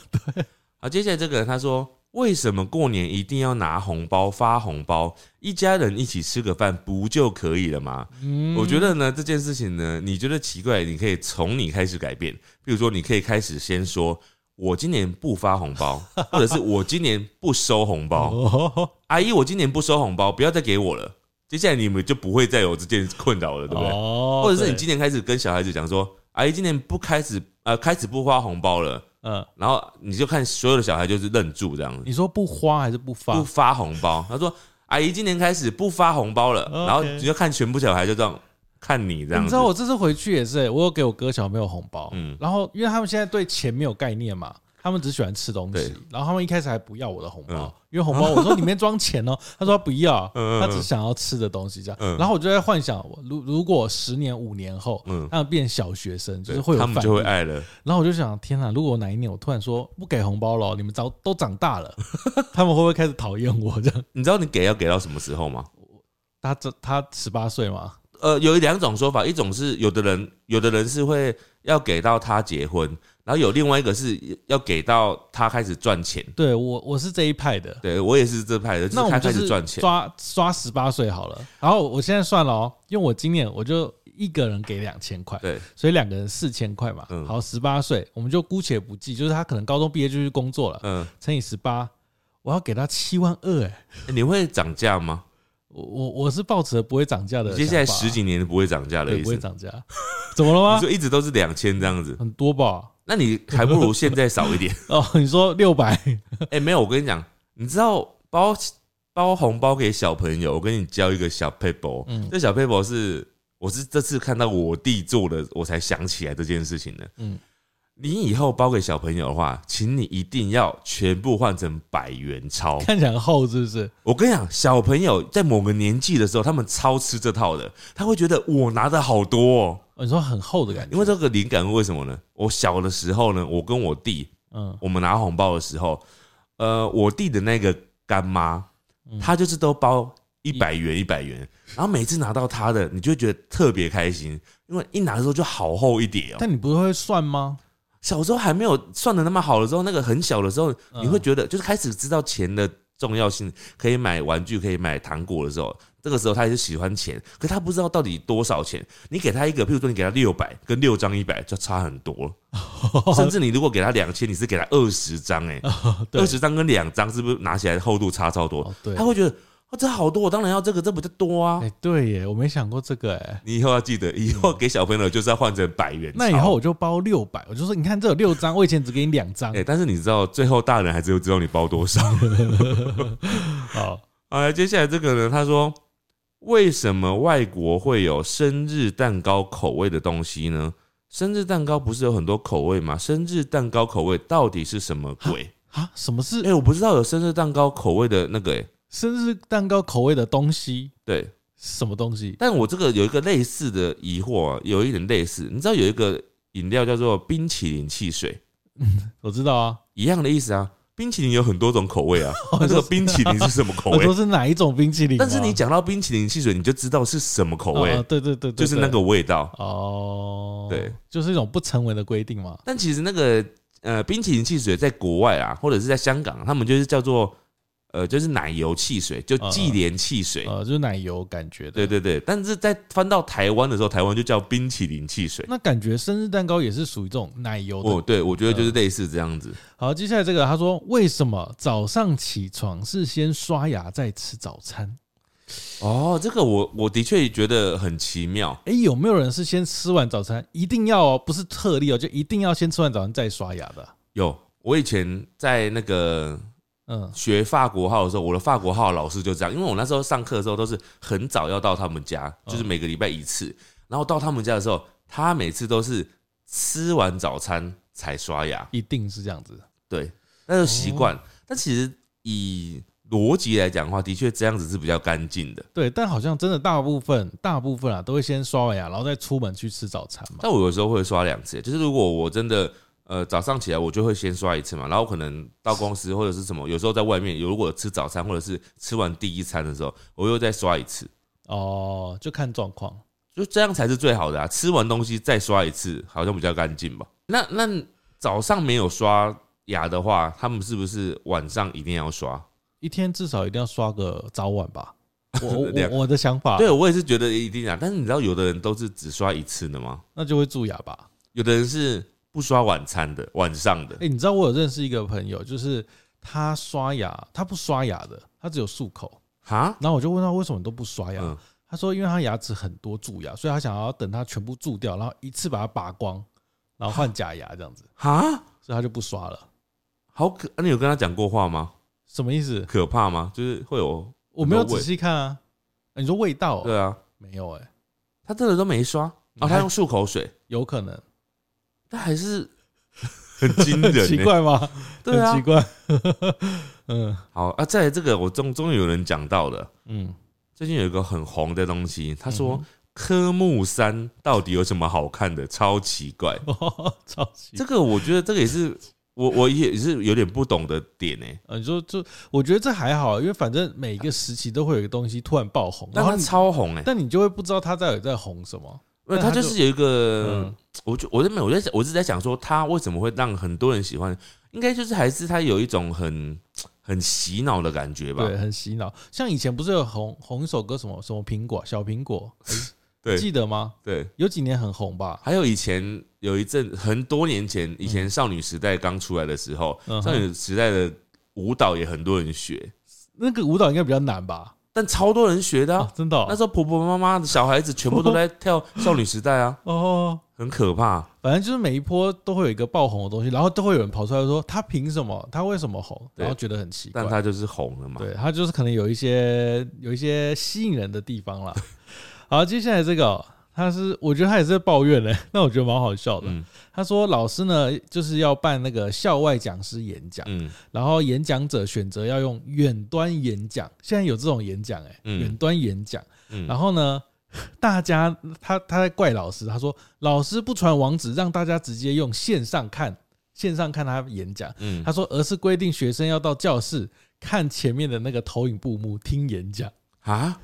好，接下来这个人他说，为什么过年一定要拿红包发红包？一家人一起吃个饭不就可以了吗？
嗯
我觉得呢，这件事情呢，你觉得奇怪，你可以从你开始改变。比如说，你可以开始先说。我今年不发红包，或者是我今年不收红包。
哦
阿姨，我今年不收红包，不要再给我了。接下来你们就不会再有这件困扰了，对不对？
哦
或者是你
对
今年开始跟小孩子讲说，阿姨今年不开始呃开始不发红包了，
嗯。
然后你就看所有的小孩就是愣住这样，
你说不花还是不发？
不发红包。他说阿姨今年开始不发红包了，
OK
然后你就看全部小孩就这样看你这 样
你
子，
知道我这次回去也是欸、我有给我哥小朋友红包，
嗯
然后因为他们现在对钱没有概念嘛，他们只喜欢吃东西
对，
然后他们一开始还不要我的红包，
嗯
因为红包我说里面装钱哦、他说他不要，
嗯嗯嗯
他只想要吃的东西这样，
嗯
然后我就在幻想，我如如果十年五年后，
嗯
他们变小学生，就
对
是会有
他
反
们就会
应
爱了。
然后我就想，天哪！如果我哪一年我突然说不给红包了，你们早都长大了， 他们会不会开始讨厌我这样？
你知道你给要给到什么时候吗？
他这他十八岁嘛，
呃，有两种说法，一种是有的人有的人是会要给到他结婚，然后有另外一个是要给到他开始赚钱。
对我我是这一派的，
对我也是这派的，就
那我
是他
们就
开
是
始赚钱。
刷刷十八岁好了。然后我现在算了哦，因为我今年我就一个人给两千块，
对，
所以两个人四千块嘛。
嗯
好，十八岁我们就姑且不计，就是他可能高中毕业就去工作了，
嗯，
乘以十八，我要给他七万二哎。
你会涨价吗？
我我我是抱持着不会涨价的想法
接
啊，
下来十几年不会涨价的
对
意
不
思
会。涨啊价，怎么了
你
吗？
说一直都是两千这样子，
很多吧？
那你还不如现在少 一点。
哦，你说六百，
哎、没有，我跟你讲，你知道包包红包给小朋友，我跟你教一个小 paper，、哦
嗯
这小 paper 是我是这次看到我弟做的，我才想起来这件事情的。
嗯
嗯，你以后包给小朋友的话，请你一定要全部换成百元钞。
看起来很厚是不是？
我跟你讲，小朋友在某个年纪的时候，他们超吃这套的，他会觉得我拿的好多、哦。
哦你说很厚的感觉，
因为这个灵感为什么呢？我小的时候呢，我跟我弟，
嗯，
我们拿红包的时候，呃，我弟的那个干妈，她就是都包一百元一百元，然后每次拿到她的，你就会觉得特别开心，因为一拿的时候就好厚一叠哦、
但你不是会算吗？
小时候还没有算的那么好的时候，那个很小的时候，
嗯
你会觉得就是开始知道钱的重要性，可以买玩具，可以买糖果的时候，这个时候他也是喜欢钱，可他不知道到底多少钱。你给他一个，譬如说你给他六百，跟六张一百就差很 多了。甚至你如果给他两千，你是给他二十张，哎，
对
二十张跟两张是不是拿起来厚度差超多
哦？对
他会觉得哦，这好多，我当然要这个，这不就多啊
哎、？对耶，我没想过这个哎。
你以后要记得，以后给小朋友就是要换成百元钞。
那以后我就包六百，我就说你看这有六张，我以前只给你两张
哎、。但是你知道，最后大人还是会知道你包多少。
好，
好来，接下来这个呢，他说为什么外国会有生日蛋糕口味的东西呢？生日蛋糕不是有很多口味吗？生日蛋糕口味到底是什么鬼？
啊，什么
哎、
是
我不知道有生日蛋糕口味的那个、欸，
生日蛋糕口味的东西？
对，
什么东西？
但我这个有一个类似的疑惑、啊，有一点类似。你知道有一个饮料叫做冰淇淋汽水，
我知道啊，
一样的意思啊。冰淇淋有很多种口味啊，那这个冰淇淋是什么口
我
味
说？是哪一种冰淇淋吗？
但是你讲到冰淇淋汽水，你就知道是什么口
哦
味
哦，对对对对，
就是那个味道。
哦，
对，
就是一种不成文的规定嘛。
但其实那个呃，冰淇淋汽水在国外啊，或者是在香港，他们就是叫做呃，就是奶油汽水，就
嗯
忌廉汽水。
呃，就是奶油感觉的。
对对对，但是在翻到台湾的时候，台湾就叫冰淇淋汽水。
那感觉生日蛋糕也是属于这种奶油的。嗯
哦，对，我觉得就是类似这样子。
好，接下来这个他说，为什么早上起床是先刷牙再吃早餐？
哦，这个我我的确觉得很奇妙。
哎、有没有人是先吃完早餐？一定要哦，不是特例哦，就一定要先吃完早餐再刷牙的。
有，我以前在那个
嗯，
学法国号的时候，我的法国号老师就这样，因为我那时候上课的时候都是很早要到他们家，就是每个礼拜一次。然后到他们家的时候，他每次都是吃完早餐才刷牙，
一定是这样子。
对，那就习惯。但其实以逻辑来讲的话，的确这样子是比较干净的。
对，但好像真的大部分大部分啊，都会先刷完牙，然后再出门去吃早餐嘛。
但我有时候会刷两次，就是如果我真的呃早上起来，我就会先刷一次嘛，然后可能到公司或者是什么，有时候在外面，有如果吃早餐或者是吃完第一餐的时候，我又再刷一次，
哦，就看状况。
就这样才是最好的啊！吃完东西再刷一次，好像比较干净吧？那那早上没有刷牙的话，他们是不是晚上一定要刷？
一天至少一定要刷个早晚吧。我
对啊
我我的想法，
对，我也是觉得一定啊。但是你知道，有的人都是只刷一次的吗？
那就会蛀牙吧。
有的人是不刷晚餐的，晚上的
哎、。你知道我有认识一个朋友，就是他刷牙，他不刷牙的，他只有漱口。
哈，
然后我就问他为什么你都不刷牙，
嗯，
他说因为他牙齿很多蛀牙，所以他想要等他全部蛀掉，然后一次把它拔光，然后换假牙这样子，
哈，
所以他就不刷了。
好可，啊、你有跟他讲过话吗？
什么意思？
可怕吗？就是会有，
我没有
很
仔
多味
细看啊。欸你说味道、
对
哦？
啊，
没有哎、
他真的都没刷
你
哦，
看
他用漱口水，
有可 能，
但还 是很惊
很
人、欸，
奇，怪吗？
对啊
很奇， 怪。嗯
好啊，再来这个我终终于有人讲到了，
嗯，
最近有一个很红的东西，他
嗯
说
哼
科目三到底有什么好看的？超奇怪，
嗯哦超奇
这个我觉得这个也是我我也是有点不懂的点欸呢、
呃，你说就我觉得这还好，因为反正每一个时期都会有一个东西突然爆红，
但
然后
它
你
超红哎、
但你就会不知道他到底在红什么。
因为
那
它
它
就
就是
有一个
嗯，
我就我在没有我在想我是在想说，它为什么会让很多人喜欢？应该就是还是它有一种很很洗脑的感觉吧？
对，很洗脑。像以前不是有红红一首歌什么什么苹果小苹果，记
对
得吗？
对。
有几年很红吧？
还有以前有一阵很多年前，以前少女时代刚出来的时候，
嗯嗯哼
少女时代的舞蹈也很多人学，
那个舞蹈应该比较难吧？
但超多人学的啊、
啊，真的哦
那时候婆婆妈妈的小孩子全部都在跳 少女时代啊，
哦。
很可怕。
反正就是每一波都会有一个爆红的东西，然后都会有人跑出来说他凭什么，他为什么红，
对
然后觉得很奇怪
但。她就是红了嘛。
对，啊它就是可能有一些有一些吸引人的地方啦。 好，接下来这个哦、他是我觉得他也是在抱怨嘞， 那我觉得蛮好笑的。
嗯
他说老师呢就是要办那个校外讲师演讲，
嗯，
然后演讲者选择要用远端演讲，现在有这种演讲哎、
嗯
远端演讲。
嗯
然后呢， 大家他他在怪老师，他说老师不传网址，让大家直接用线上看线上看他演讲。
嗯
他说，而是规定学生要到教室看前面的那个投影布幕听演讲。
啊，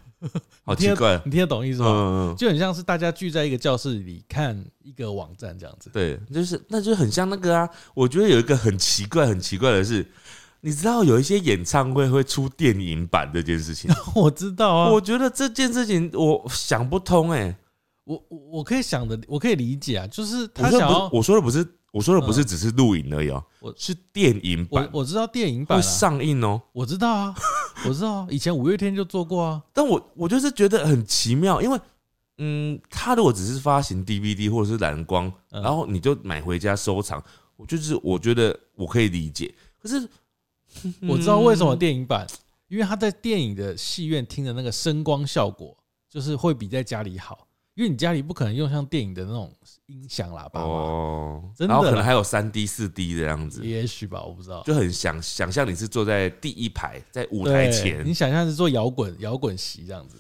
好
你听
奇
得
怪。
你听得懂意思
嗯
吗？
嗯，嗯
就很像是大家聚在一个教室里看一个网站这样子。
对，就是那就很像那个啊。我觉得有一个很奇怪、很奇怪的是，你知道有一些演唱会会出电影版这件 事情，
我知道啊，
嗯我
我
觉得这件事情我想不通哎、
我我我可以想的，我可以理解啊，就是
我
他
说
想
的
要
不是，我说的不是，我说的不是
嗯
只是录影而已哦、
我
是电影版
我我知道电影版、
会
啊，
上映哦、
我知道啊， 我知道啊，以前五月天就做过啊，
但我我就是觉得很奇妙，因为嗯，他如果只是发行 DVD 或者是蓝光，
嗯
然后你就买回家收藏，我就是我觉得我可以理解。可是
我知道为什么
嗯
电影版，因为他在电影的戏院听的那个声光效果，就是会比在家里好，因为你家里不可能用像电影的那种音响喇叭嘛，
哦，
真的
然后可
啦
能还有三 D、四 D 的样子，
也许吧，我不知道。
就很想想象你是坐在第一排，在舞台
对
前
你。想象是做摇滚摇滚席这样子，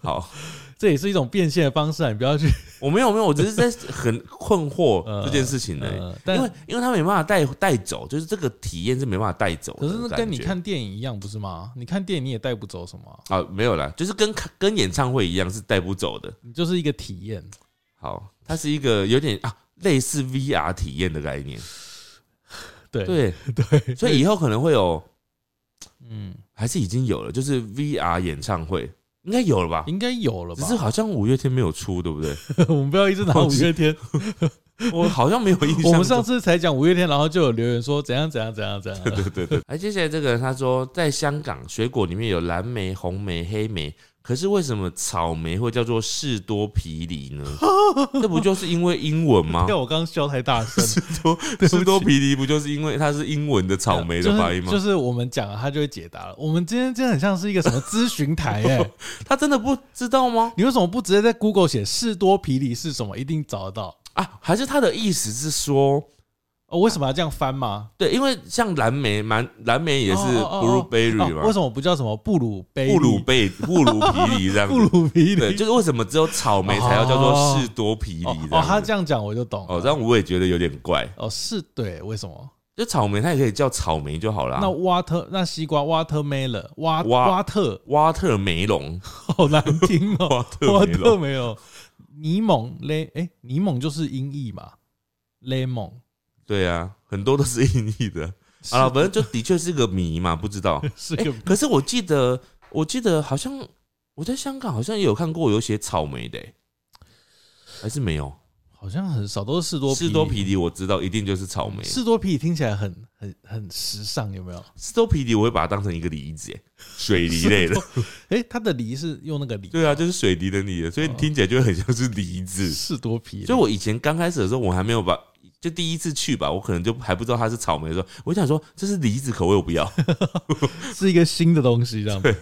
好，
这也是一种变现的方式啊！你不要去，
我没有没有，我只 是在很困惑
呃
这件事情呢、
呃、
因
但
为因为他没办法带带走，就是这个体验是没办法带走的
可
感
是
觉。
那跟你看电影一样，不是吗？你看电影你也带不走什么啊、
啊，没有啦，就是跟看跟演唱会一样是带不走的。
你就是一个体验。
好，它是一个有点啊类似 VR 体验的概念，
对
对，
对，
所以以后可能会有，
嗯，
还是已经有了，就是 VR 演唱会应该有了吧？
应该有了
只
吧？
是好像五月天没有出，对不对？
我们不要一直拿五月天，
我好像没有印象 中。
我们上次才讲五月天，然后就有留言说怎样怎样怎样怎样。
对对对。哎，接下来这个他说，在香港水果里面有蓝莓、红莓、黑莓，可是为什么草莓会叫做士多啤梨 呢？这不就是因为英文吗？
要我刚刚笑太大声，
士多啤梨不就是因为它是英文的 草莓的发音吗？
就是就是我们讲了，他就会解答了。我们今天真的很像是一个什么咨询 台哎、
他真的不知道吗？
你为什么不直接在 Google 写士多啤梨是什么，一定找得到？
啊，还是他的意思是说，
哦，为什么要这样翻吗？
对，因为像蓝莓，蓝蓝莓也是
哦哦哦哦
blueberry
哦为
嘛，
什么不叫什么布鲁杯？
布 鲁贝布鲁啤梨这样
布
子。
鲁啤
对，
梨？
就是为什么只有草莓才要叫做士多啤梨
哦
这
哦，他
样子？
这样讲我就懂了。
哦，这样我也觉得有点怪。
哦是对，为什么？
就草莓，它也可以叫草莓就好啦
那。挖特那西瓜挖特 t 了，挖
挖
挖特
挖特梅 隆，
好难听哦，
挖特梅隆，
没有。柠檬嘞，哎，柠檬就是音译嘛，lemon。
对啊，很多都是印尼 的。好了，反正就的确是个谜嘛，不知道。
是
欸
个
啊可是我记得，我记得好像我在香港好像也有看过有写草莓的、欸还是没有？
好像很少，都是士多
士多啤梨我知道一定就是草莓，
士多啤梨听起来很很很时尚，有没有？
士多啤梨我会把它当成一个梨子、欸水梨类的。
哎，它的梨是用那个梨，
对啊，就是水梨的梨了，所以听起来就会很像是梨 子。
士多啤梨。
所以我以前刚开始的时候，我还没有把。就第一次去吧，我可能就还不知道它是草莓的时候，我就想说这是梨子口味，我不要。
是一个新的东西，这样子。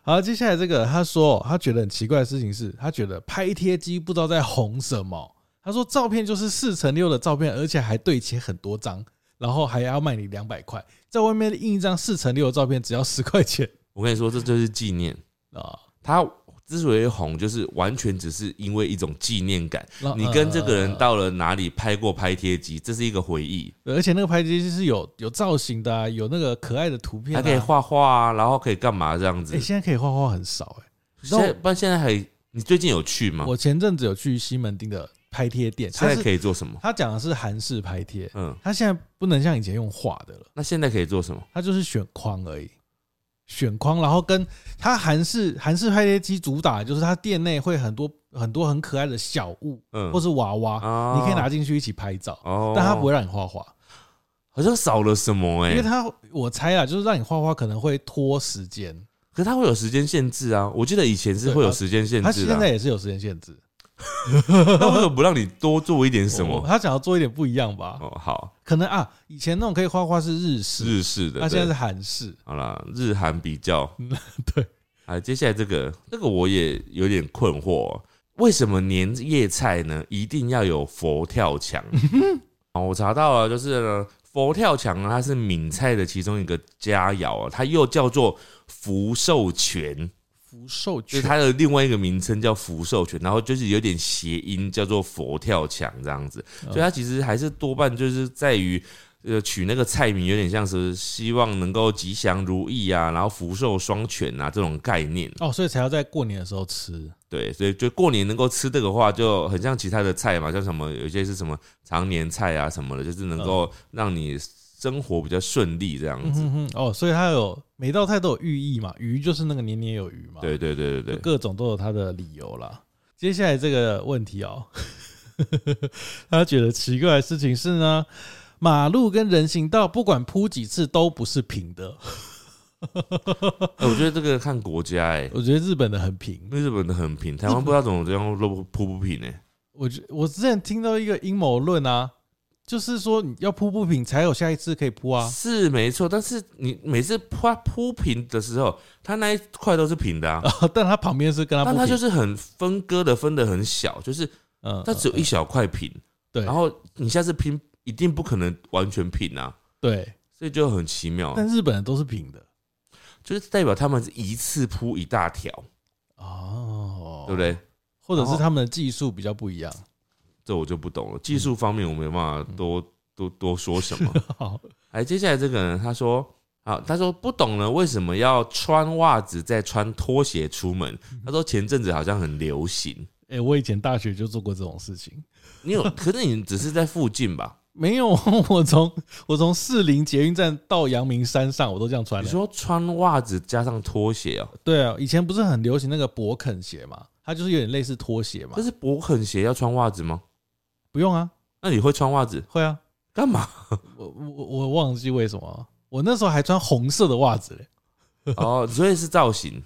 好，接下来这个他说他觉得很奇怪的事情是，他觉得拍贴机不知道在红什么。他说照片就是四乘六的照片，而且还对切很多张，然后还要卖你两百块，在外面印一张四乘六的照片只要十块钱
我跟你说，这就是纪念。
啊。
它之所以红，就是完全只是因为一种纪念感。
那
你跟这个人，到了哪里拍过拍贴机，这是一个回忆，
呃而且那个拍贴机是有有造型的、啊，有那个可爱的图片、啊，
还可以。画画啊，然后可以干嘛这样子
哎、。现在可以画画很少哎、
现在不然现在还你最近有去吗？
我前阵子有去西门町的拍贴店，
现
他
在可
是
以做什么？
他讲的是韩式拍贴，
嗯，
他现在不能像以前用画的了。
那现在可以做什么？
它就是选框而已，选框，然后跟它韩式韩式拍贴机主打的就是它店内会很多很多很可爱的小物
嗯
或是娃娃，
啊
你可以拿进去一起拍照，
哦
但它不会让你画画，
好像少了什么
因
哎、
为它我猜啊，就是让你画画可能会拖时间，
可它会有时间限制啊。我记得以前是会有时间限
它
制
现
的、啊
在，也是有时间限制。
那为什么不让你多做一点 什
哦
么？
他想要做一点不一样吧？
哦，好，
可能啊，以前那种可以画画是日式，
日式的，
那现在
对
是韩式。
好啦，日韩比较
对。
啊，接下来这个这个我也有点困惑、哦为什么年夜菜呢一定要有佛跳墙？啊我查到了，就是呢佛跳墙呢，它是闽菜的其中一个佳肴啊，它又叫做福寿全，
福寿
就
全
是它的另外一个名称叫福寿全，然后就是有点谐音叫做佛跳墙这样子，
嗯
所以它其实还是多半就是在于。呃，取那个菜名有点像是希望能够吉祥如意啊，然后福寿双全啊这种概念，
哦，所以才要在过年的时候吃。
对，所以就过年能够吃这个话，就很像其他的菜嘛，像什么有些是什么常年菜啊什么的，就是能够让你生活比较顺利这样
嗯
子。
哼哼，哦，所以它有每道菜都有寓意嘛，鱼就是那个年年有余嘛，
对对对对
就
对，
各种都有它的理由啦。接下来这个问题哦， 他觉得奇怪的事情是呢，马路跟人行道不管铺几次都不是平的，
哎、我觉得这个看国家哎、
我觉得日本的很平。
日本的很平，台湾不知道怎么这样都铺不平哎、
我觉我之前听到一个阴谋论啊，就是说你要铺不平才有下一次可以铺啊。
是没错，但是你每次铺铺平的时候，它那一块都是平的啊，
但它旁边是跟它不
但
呃平，
它就是很分割的，分的很小，就是
嗯，
它只有一
嗯
小块平。
对
然后你下次拼一定不可能完全平啊，
对，
所以就很奇妙，
但日本人都是平的
就是代表他们是一次铺一大条，
哦，
对不？对？
或者是
然后
他们的技术比较不一样。
这我就不懂
嗯
了，技术方面我没办法多多多说什 么。
好，
哎，接下来这个人他说。啊，他说不懂了，为什么要穿袜子再穿拖鞋出门？
嗯
他说前阵子好像很流行，
哎、我以前大学就做过这种事情。
你有？ 可是你只是在附近吧？
没有， 我从我从士林捷运站到阳明山上，我都这样穿
你
的。
说穿袜子加上拖鞋哦、
对啊，以前不是很流行那个勃肯鞋嘛，它就是有点类似拖鞋嘛
可。是勃肯鞋要穿袜子吗？
不用啊，
那你会穿袜子
会啊，
干 嘛？
我我我忘记为什么啊，我那时候还穿红色的袜子嘞。
哦，所以是造型。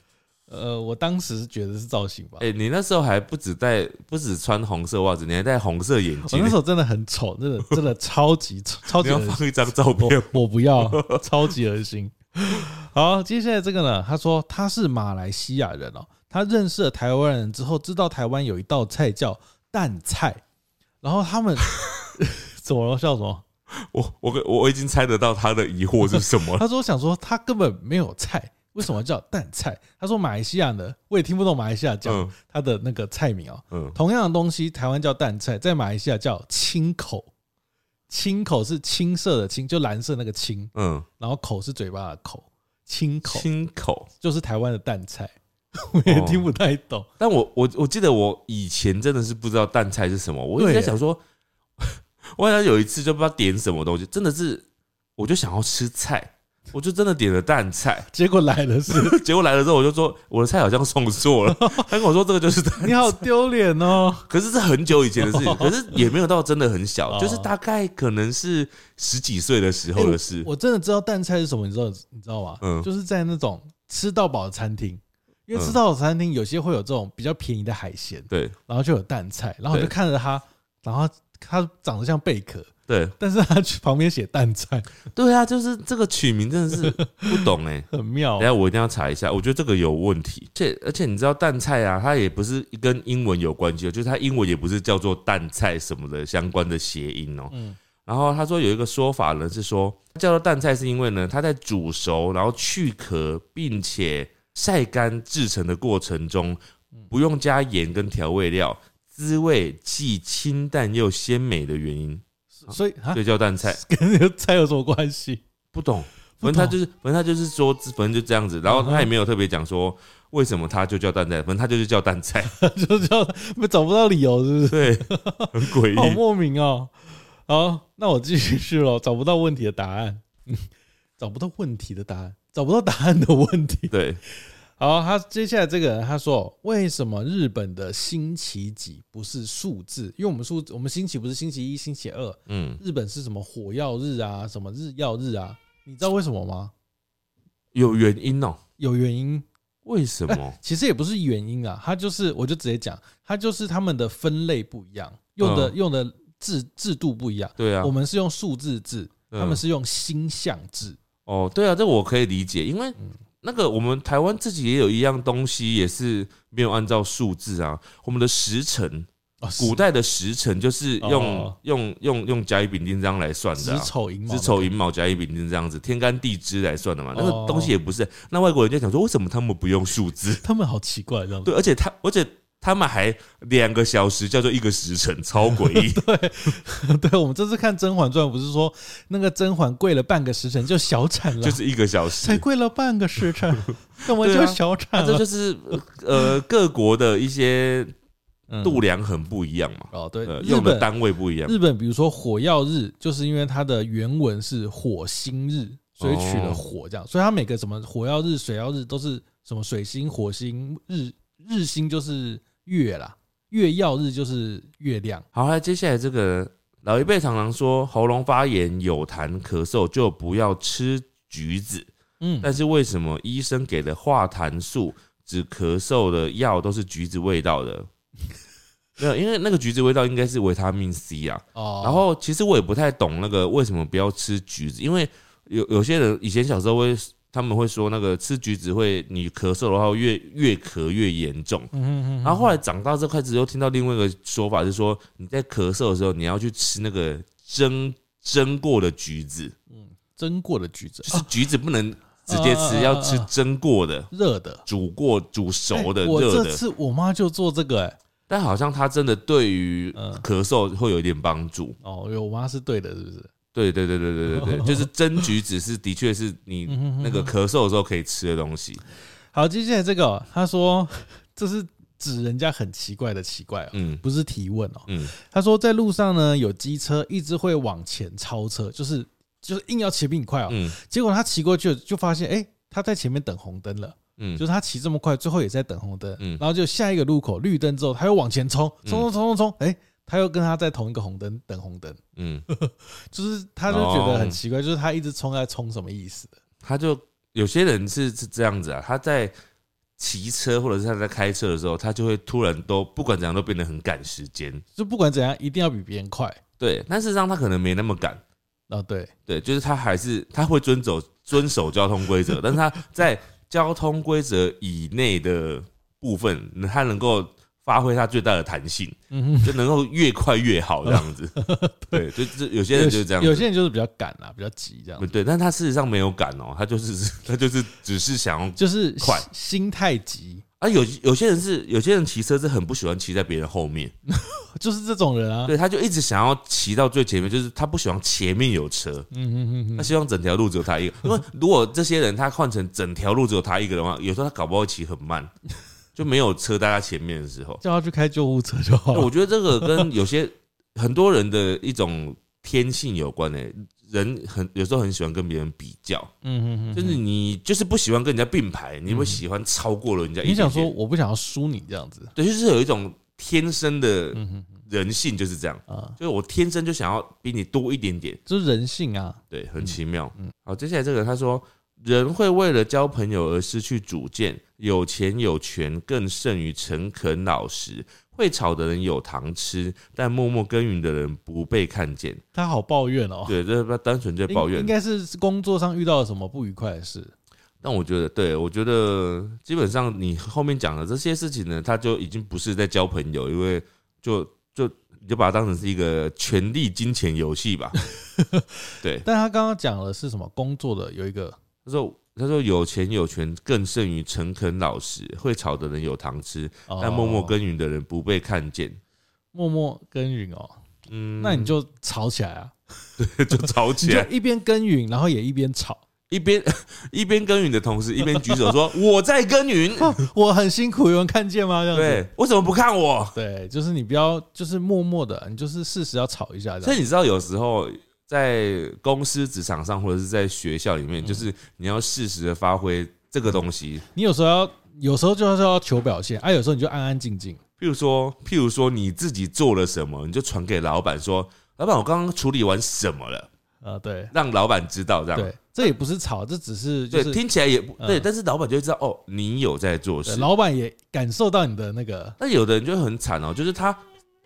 呃，我当时觉得是造型吧。
哎、你那时候还不止戴，不止穿红色袜子，你还戴红色眼
我
镜
那。时候真的很丑，真的真的超级超
你
级
要
恶心。
放一张照片，
我我不要， 超级恶心。好，接下来这个呢？他说他是马来西亚人哦，他认识了台湾人之后，知道台湾有一道菜叫蛋菜，然后他们 怎么了？笑什么？
我我跟我已经猜得到他的疑惑是什么了。
他说想说他根本没有菜，为什么叫蛋菜？他说马来西亚呢，我也听不懂马来西亚讲
嗯
他的那个菜名哦。
嗯，
同样的东西，台湾叫蛋菜，在马来西亚叫青口，青口是青色的青，就蓝色那个青，
嗯，
然后口是嘴巴的口，青口
亲口。
就是台湾的蛋菜， 我也听不太懂。
但我我我记得我以前真的是不知道蛋菜是什么，我一直
对
在
耶
想说，我好像有一次就不知道点什么东西，真的是我就想要吃菜，我就真的点了蛋菜，
结果来的是，
结果来了之后我就说我的菜好像送错了，他跟我说这个就是蛋
你好丢脸哦！
可是是很久以前的事情，可是也没有到真的很
哦
小，就是大概可能是十几岁的时候的事。
哎我真的知道蛋菜是什么，你知道你知道吗？
嗯
就是在那种吃到饱的餐厅，因为吃到饱餐厅有些会有这种比较便宜的海鲜，
对
然后就有蛋菜，然后我就
对
看着它，然后它它长得像贝壳，
对
但是它旁边写蛋菜，
对啊，就是这个取名真的是不懂哎、
很妙
等一。下我一定要查一下，我觉得这个有问题。而且而且你知道蛋菜啊，它也不是跟英文有关系哦，就是它英文也不是叫做蛋菜什么的相关的谐音哦。
嗯
然后他说有一个说法呢是说叫做蛋菜是因为呢它在煮熟然后去壳并且晒干制成的过程中，
嗯
不用加盐跟调味料，滋味既清淡又鲜美的原因，
所以啊
所，以叫蛋菜。
跟那个菜有什么关系？
不懂，
不
反正他
懂
就是，反正他就是说，反正就这样子。然后
嗯哼
他也没有特别讲说为什么他就叫蛋菜，反正他就是叫蛋菜，
就叫找不到理由，是不是？
对，很诡
好
异。
莫名哦。好，那我继续去了，找不到问题的答案， 找不到问题的答案，找不到答案的问题。
对，
好，他接下来这个人他说，为什么日本的星期几不是数字？因为我们数我们星期不是星期一、星期二，
嗯，
日本是什么火曜日啊，什么日曜日啊？你知道为什么吗？
有原因哦。
有原因，
为什 么？
其实也不是原因啊，它就是我就直接讲，它就是他们的分类不一样，用的、
嗯
用的制制度不一样。
对啊
我，们是用数字制，
嗯
他们是用星象制。
哦，对啊，这我可以理解，因为
嗯
那个我们台湾自己也有一样东西，也是没有按照数字啊。我们的时辰，
哦，
古代的时辰就是用
哦
用用用甲乙丙丁这样来算的
子
啊。
丑寅卯，
子丑寅卯甲乙丙丁这样子，天干地支来算的嘛，那个
哦
东西也不是。那外国人就想说，为什么他们不用数字？
他们好奇怪，这样子。
对，而且他，而且他们还两个小时叫做一个时辰，超诡异。
啊对，我们这次看《甄嬛传》，不是说那个甄嬛跪了半个时辰就小产了，
就是一个小时
才。跪了半个时 辰，怎么
对
就
啊
小
那
产
这
了？
就是呃各国的一些
嗯
度量很不一样嘛，
哦，对，
呃，
日
用的
本
单位不一样。
日本，比如说火曜日，就是因为它的原文是火星日，所以取了
哦
火这样，所以它每个什么火曜日、水曜日都是什么水星、火星、日日星就是月啦，月曜日就是月亮。
好，来接下来这个老一辈常常说，喉咙发炎、有痰、咳嗽就不要吃橘子，
嗯，
但是为什么医生给的化痰素、止咳嗽的药都是橘子味道的？ 没有，因为那个橘子味道应该是维他命 C 啊。
哦，
然后其实我也不太懂那个为什么不要吃橘子，因为有有些人以前小时候会他们会说那个吃橘子会你咳嗽的话会越越咳越严重。
嗯哼哼，
然后后来长大之后开始又听到另外一个说法，是说你在咳嗽的时候你要去吃那个蒸蒸过的橘子，
蒸过的橘子
就是橘子不能直接
啊啊啊啊
吃，要吃蒸过的、
热的
煮过、煮熟的、
哦哎我
热
这
的。
次我妈就做这个哎、
但好像它真的对于
嗯
咳嗽会有一点帮助。
哦，有我妈是对的，是不是？
对对对对对对对，就是蒸橘子是的确是你
哦嗯哼哼
那个咳嗽的时候可以吃的东西。
好，接下来这个哦、她说这是指人家很奇怪的奇怪哦，
嗯
不是提问哦。
嗯，
她说在路上呢有机车一直会往前超车，就是就是硬要骑比你快哦，
嗯
结果她骑过去就发现哎。她在前面等红灯了，
嗯，
就是她骑这么快，最后也在等红灯，
嗯
然后就下一个路口绿灯之后，她又往前冲，冲冲冲冲冲，哎，她又跟她在同一个红灯等红灯，
嗯，
就是他就觉得很
哦
奇怪，就是他一直冲在冲什么意思？
他就有些人是是这样子啊，他在骑车或者是他在开车的时候，他就会突然都不管怎样都变得很赶时间。
就不管怎样，一定要比别人快
对，但事实上他可能没那么赶。
啊！对，
对，就是他还是他会遵守遵守交通规则，但是他在交通规则以内的部分，他能够发挥他最大的弹性，
嗯哼，
就能够越快越好这样 子。对，就就有些人就是这样
有
子。嗯
些人就是比较赶啊，比较急这样，
对，但他事实上没有赶哦，他就是他就是只是想要
就是
快
心心太急，
啊，有有些人是有些人骑车是很不喜欢骑在别人后面，
就是这种人啊。
对，他就一直想要骑到最前面，就是他不喜欢前面有车，
嗯嗯嗯
他
嗯，
希望整条路只有他一个，因为如果这些人他换成整条路只有他一个的话， 有时候他搞不好会骑很慢，就没有车在他前面的时候。
叫他去开救护车就好
我
了。
觉得这个跟有些很多人的一种天性有关诶、人很有时候很喜欢跟别人比较，
嗯嗯嗯，嗯
就是你就是不喜欢跟人家并排，你会喜欢超过了人家一
你
点
想
点。
说我不想要输你这样子？
对，就是有一种天生的
嗯哼哼
人性就是这样，
啊，
就是我天生就想要比你多一点点。
就是人性啊。
对，很奇妙。好，接下来这个他说，人会为了交朋友而失去主见，有钱有权更胜于诚恳老实。会吵的人有糖吃，但默默耕耘的人不被看见。
他好抱怨哦，
对，这他单纯在
应
抱怨
应。该是工作上遇到了什么不愉快的事。
但我觉得，对我觉得基本上你后面讲的这些事情呢，他就已经不是在交朋友，因为就就你就把它当成是一个权力金钱游 戏吧。对，
但他刚刚讲的是什么工作的有一个
他说：“他说有钱有权更胜于诚恳老实，会吵的人有糖吃，
哦
但默默
跟。
耕耘的人不被看见。
呃默默耕耘哦，”
嗯，
那你就吵起来啊！
就吵
你
起
就
来，
一边耕耘，然后也一边吵。
一边 一边耕耘的同时，一边举手说：“我在耕耘。
我很辛苦，有人看见 吗？”这样子。
对，为什么不看我？
对，就是你不要，就是默默的，你就是适时要吵一下这
所以
样。
你知道，有时候在公司职场上，或者是在学校里
嗯
面，就是你要适时的发挥这个东西。
你有时候要，有时候就是要求表现，啊，有时候你就安安静静。
譬如说，譬如说你自己做了什么，你就传给老板说：“老板，我刚刚处理完什么了
啊，对？”
让老板知道这样。
对，这也不是吵，这只是就
对，
是
听起来也不
嗯
对，但是老板就会知道哦，你有在做
对
事。
老板也感受到你的那个，
那有的人就很惨哦，就是他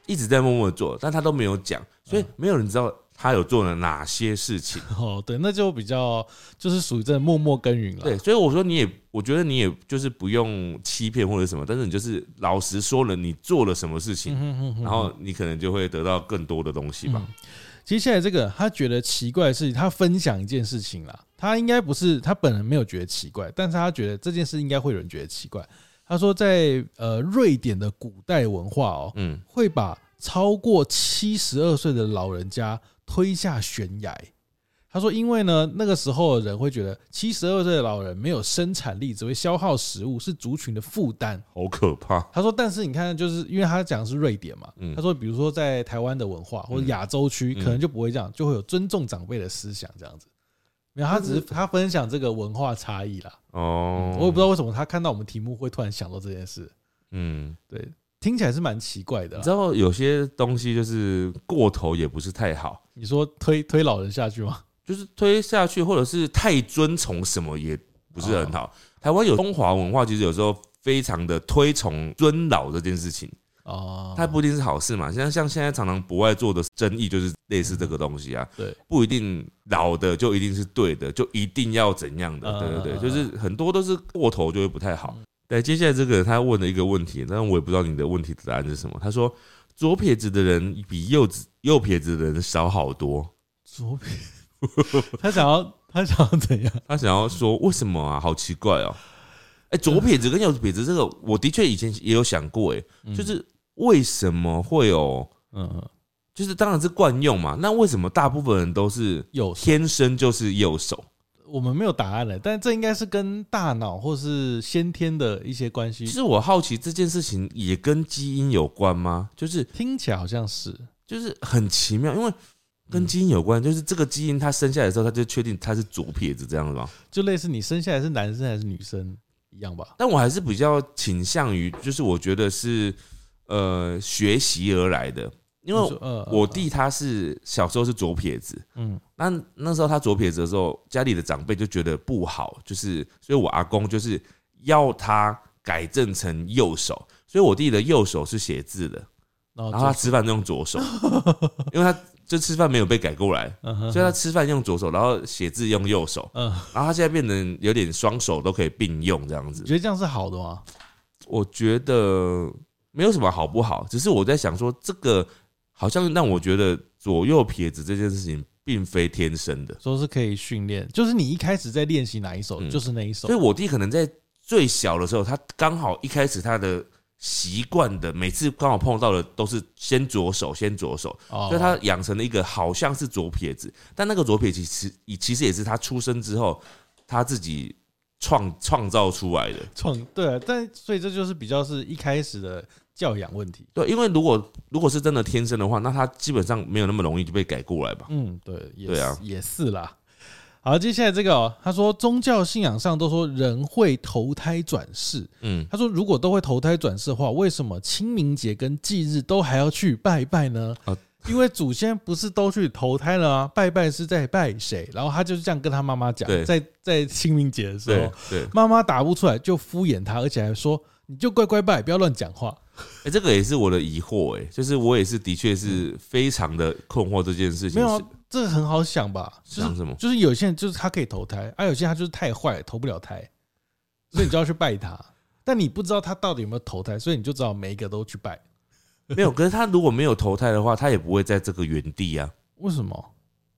一直在默默地做，但他都没有
嗯
讲，所以没有人知道他有做了哪些事情。
哦，对，那就比较就是属于真的默默耕耘了。
对，所以我说你也，我觉得你也就是不用欺骗或者什么，但是你就是老实说了你做了什么事
嗯，
情，
嗯嗯嗯
然后你可能就会得到更多的东西吧。
接下来这个他觉得奇怪的事情，他分享一件事情啦，他应该不是他本人没有觉得奇怪，但是他觉得这件事应该会有人觉得奇怪。他说在呃瑞典的古代文化哦，
嗯，
会把超过七十二岁的老人家推下悬崖。他说，因为呢那个时候的人会觉得七十二岁的老人没有生产力，只会消耗食物，是族群的负担。
好可怕。
他说：“但是你看，就是因为他讲的是瑞典嘛，
嗯
他说，比如说在台湾的文化或者亚洲区，可能就不会这样，就会有尊重长辈的思想这样子。没有，他只是他分享这个文化差异啦。
哦，
嗯我也不知道为什么他看到我们题目会突然想到这件事，
嗯，
对，听起来是蛮奇怪的
你
啦
知。道有些东西就是过头也不是太好。
你说推推老人下去吗？
就是推下去，或者是太尊崇什么也不是很
哦
好。台湾有中华文化，其实有时候非常的推崇尊老这件事情，
哦，
它不一定是好事嘛。像像现在常常国外做的争议，就是类似这个东西啊，
嗯对，
不一定老的就一定是对的，就一定要怎样的，
嗯
对对
嗯嗯嗯
对，就是很多都是过头就会不太好。对，接下来这个他问了一个问题，但我也不知道你的问题的答案是什么。他说左撇子的人比右子右撇子的人少好多。
左撇， 他想要他想要怎样？
他想要说为什么啊？好奇怪哦、哎、左撇子跟右撇子这个，我的确以前也有想过、哎，就是为什么会有？
嗯，嗯
就是当然是惯用嘛，那为什么大部分人都是
右手
天生就是右手？
我们没有答案了，但这应该是跟大脑或是先天的一些关系
其。实我好奇这件事情也跟基因有关吗？就是
听起来好像是，
就是很奇妙，因为
嗯
跟基因有关，就是这个基因它生下来的时候，它就确定它是左撇子这样子嘛。
就类似你生下来是男生还是女生一样吧？
但我还是比较倾向于，就是我觉得是呃学习而来的，因为
你说呃
我弟他是小时候是左撇子，
嗯
那那时候他左撇子的时候，家里的长辈就觉得不好，就是所以我阿公就是要他改正成右手，所以我弟的右手是写字的，
呃然后
然后他吃饭用左手，因为他就吃饭没有被改过来，
嗯哼
所以他吃饭用左手，然后写字用右手，
嗯，
然后他现在变成有点双手都可以并用这样子
你。觉得这样是好的吗？
我觉得没有什么好不好，只是我在想说，这个好像让我觉得左右撇子这件事情并非天生的，
说是可以训练，就是你一开始在练习哪一首，
嗯
就是那一首
所以。我弟可能在最小的时候，他刚好一开始他的习惯的，每次刚好碰到的都是先左手，先左手，
哦
所以他养成了一个好像是左撇子，但那个左撇子其实其实也是他出生之后他自己创创造出来的。
创对啊，但所以这就是比较是一开始的教养问题。
对，因为如果如果是真的天生的话，那他基本上没有那么容易就被改过来吧。
嗯，对，也
对啊
是也是啦。好，接下来这个、哦，他说宗教信仰上都说人会投胎转世，
嗯，
他说如果都会投胎转世的话，为什么清明节跟忌日都还要去拜拜呢？
啊
因为祖先不是都去投胎了啊，拜拜是在拜谁？然后他就是这样跟他妈妈讲，
对
在在清明节的时候
对，对，
妈妈打不出来就敷衍他，而且还说你就乖乖拜，不要乱讲话。
哎、这个也是我的疑惑、哎，就是我也是的确是非常的困惑这件事情。
没有、啊，这个很好想吧？就是
想什么
就是有些人就是他可以投胎，而、有些他就是太坏了投不了胎，所以你就要去拜 他。但你不知道他到底有没有投胎，所以你就只好每一个都去拜。
没有，可是他如果没有投胎的话，他也不会在这个原地啊。
为什么？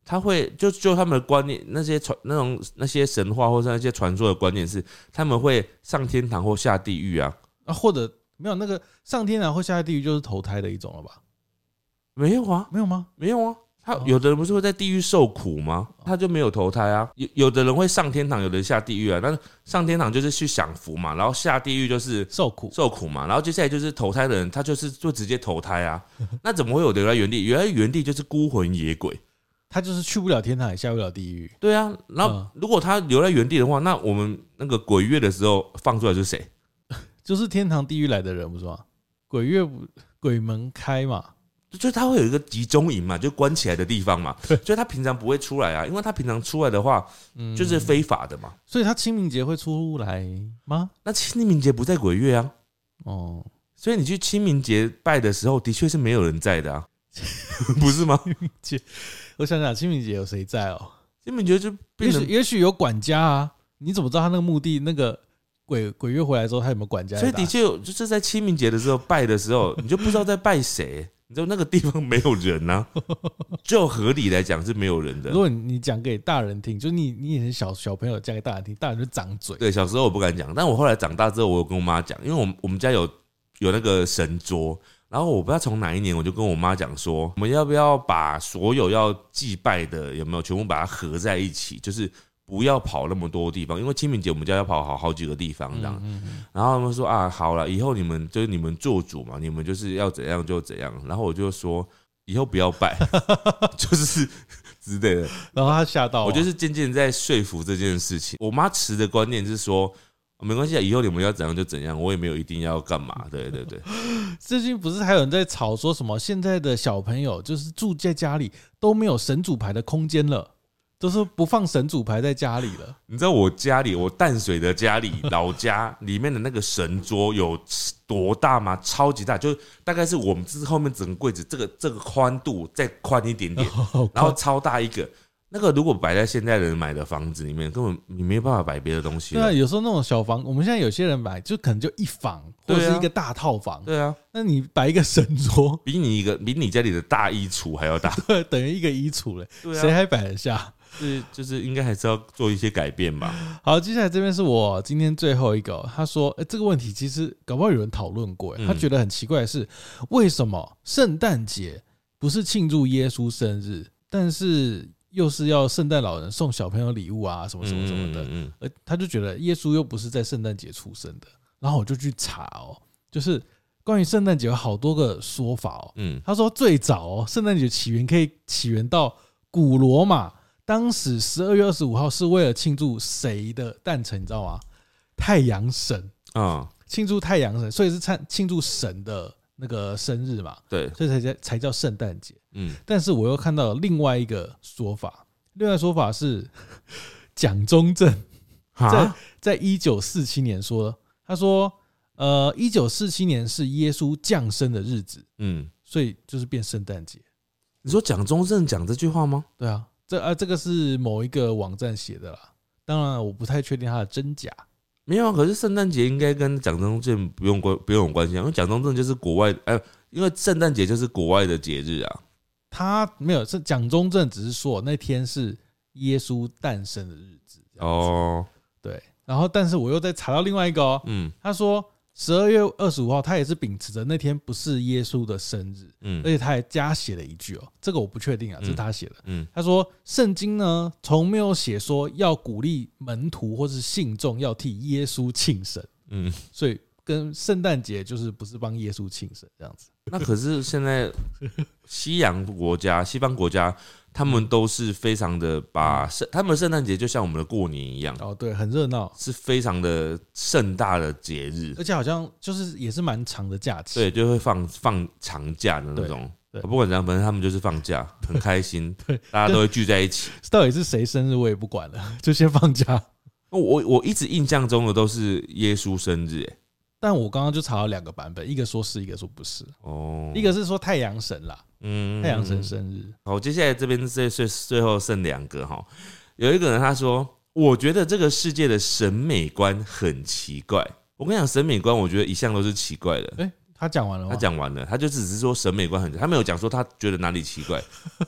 他会就就他们的观念，那些传那种那些神话或是那些传说的观念是，他们会上天堂或下地狱啊。
啊，或者没有那个上天堂或下地狱就是投胎的一种了吧？
没有啊，
没有吗？
没有啊。他
哦
有的人不是会在地狱受苦吗？他就没有投胎啊。有有的人会上天堂，有的人下地狱啊。但是上天堂就是去享福嘛，然后下地狱就是
受苦
受苦嘛，然后接下来就是投胎的人，他就是就直接投胎啊。那怎么会有留在原地？留在原地就是孤魂野鬼。
他就是去不了天堂，也下不了地狱。
对啊，然后
嗯
如果他留在原地的话，那我们那个鬼月的时候放出来是谁？
就是天堂地狱来的人，不是吗？鬼月不鬼门开嘛，
就是他会有一个集中营嘛，就关起来的地方嘛，所以他平常不会出来啊，因为他平常出来的话
嗯，
就是非法的嘛。
所以他清明节会出来吗？
那清明节不在鬼月啊，
哦，
所以你去清明节拜的时候，的确是没有人在的啊， 不是吗？
我想想，清明节有谁在哦？
清明节就
也
变
许
成，
也许有管家啊，你怎么知道他那个墓地那个鬼鬼月回来之后他有没有管家
所
在
以
打？
的确有，就是在清明节的时候拜的时候，你就不知道在拜谁， 你知道那个地方没有人啊，就合理来讲是没有人的
如。果你你讲给大人听，就是你你以前小小朋友讲给大人听，大人就长嘴。
对，小时候我不敢讲，但我后来长大之后，我有跟我妈讲，因为我们我们家有有那个神桌，然后我不知道从哪一年，我就跟我妈讲说，我们要不要把所有要祭拜的有没有全部把它合在一起，就是不要跑那么多地方，因为清明节我们家要跑好好几个地方这样。然后他们说啊，好了，以后你们就是你们做主嘛，你们就是要怎样就怎样。然后我就说。以后不要拜， 就是之类的。
然后他吓到啊，
我就是渐渐在说服这件事情。我妈持的观念是说，没关系啊，以后你们要怎样就怎样，我也没有一定要 干嘛。对对对，
最近不是还有人在吵说什么现在的小朋友就是住在家里都没有神主牌的空间了，都都是不放神主牌在家里 了。
你知道我家里，我淡水的家里老家里面的那个神桌有多大吗？超级大，就是大概是我们这后面整个柜子这个这个宽度再宽一点
哦
点，然后超大一个。那个如果摆在现在人买的房子里面，根本你没办法摆别的东西
对啊，
了。
有时候那种小房，我们现在有些人买就可能就一房或
对啊
者是一个大套房，
对啊，
那你摆一个神桌，
比你一个比你家里的大衣橱还要大。
对，等于一个衣橱嘞，
对
谁
啊，
还摆得下？
是就是应该还是要做一些改变吧。
好，接下来这边是我今天最后一个哦、他说、诶这个问题其实搞不好有人讨论过、诶
嗯
他觉得很奇怪的是，为什么圣诞节不是庆祝耶稣生日，但是又是要圣诞老人送小朋友礼物啊，什么什么什么的？
嗯，
呃，他就觉得耶稣又不是在圣诞节出生的。然后我就去查哦，就是关于圣诞节有好多个说法哦。
嗯
他说最早哦，圣诞节起源可以起源到古罗马，当时十二月二十五号是为了庆祝谁的诞辰，你知道吗？太阳神，
嗯啊，
庆祝太阳神，所以是参庆祝神的那个生日嘛，
对，
所以才叫才叫圣诞节。
嗯，
但是我又看到了另外一个说法，另外一个说法是蒋中正。在
啊，
在一九四七年说，他说，呃，一九四七年是耶稣降生的日子，
嗯，
所以就是变圣诞节。
你说蒋中正讲这句话吗？
对啊，这啊这个是某一个网站写的啦，当然我不太确定它的真假。
没有啊，可是圣诞节应该跟蒋中正不用关不用有关系啊，因为蒋中正就是国外，呃，因为圣诞节就是国外的节日啊。
他没有，是蒋中正只是说那天是耶稣诞生的日子。哦，
哦，
对，然后但是我又再查到另外一个哦，
嗯
他说十二月二十五号，他也是秉持着那天不是耶稣的生日，而
嗯
且他还加写了一句哦，这个我不确定啊，这是他写的。
嗯
他说，圣经呢从没有写说要鼓励门徒或是信众要替耶稣庆生，
嗯，
所以跟圣诞节就是不是帮耶稣庆生这样子。
那可是现在西洋国家、西方国家，他们都是非常的把圣，他们圣诞节就像我们的过年一样，
哦，对，很热闹，
是非常的盛大的节日
而，且好像就是也是蛮长的假期。
对，就会放放长假的那种。啊
对对
不管怎样，反正他们就是放假，很开心
对，
大家都会聚在一起。
到底是谁生日我也不管了， 就先放假。
我我一直印象中的都是耶稣生日，哎
但我刚刚就查了两个版本，一个说是，一个说不是，
哦，
一个是说太阳神啦，
嗯
太阳神生日。
好，接下来这边最最最后剩两个哈，有一个人他说，我觉得这个世界的审美观很奇怪。我跟你讲，审美观我觉得一向都是奇怪的。
哎，他讲完了吗？
嗯他讲完了，他就只是说审美观很，他没有讲说他觉得哪里奇 怪。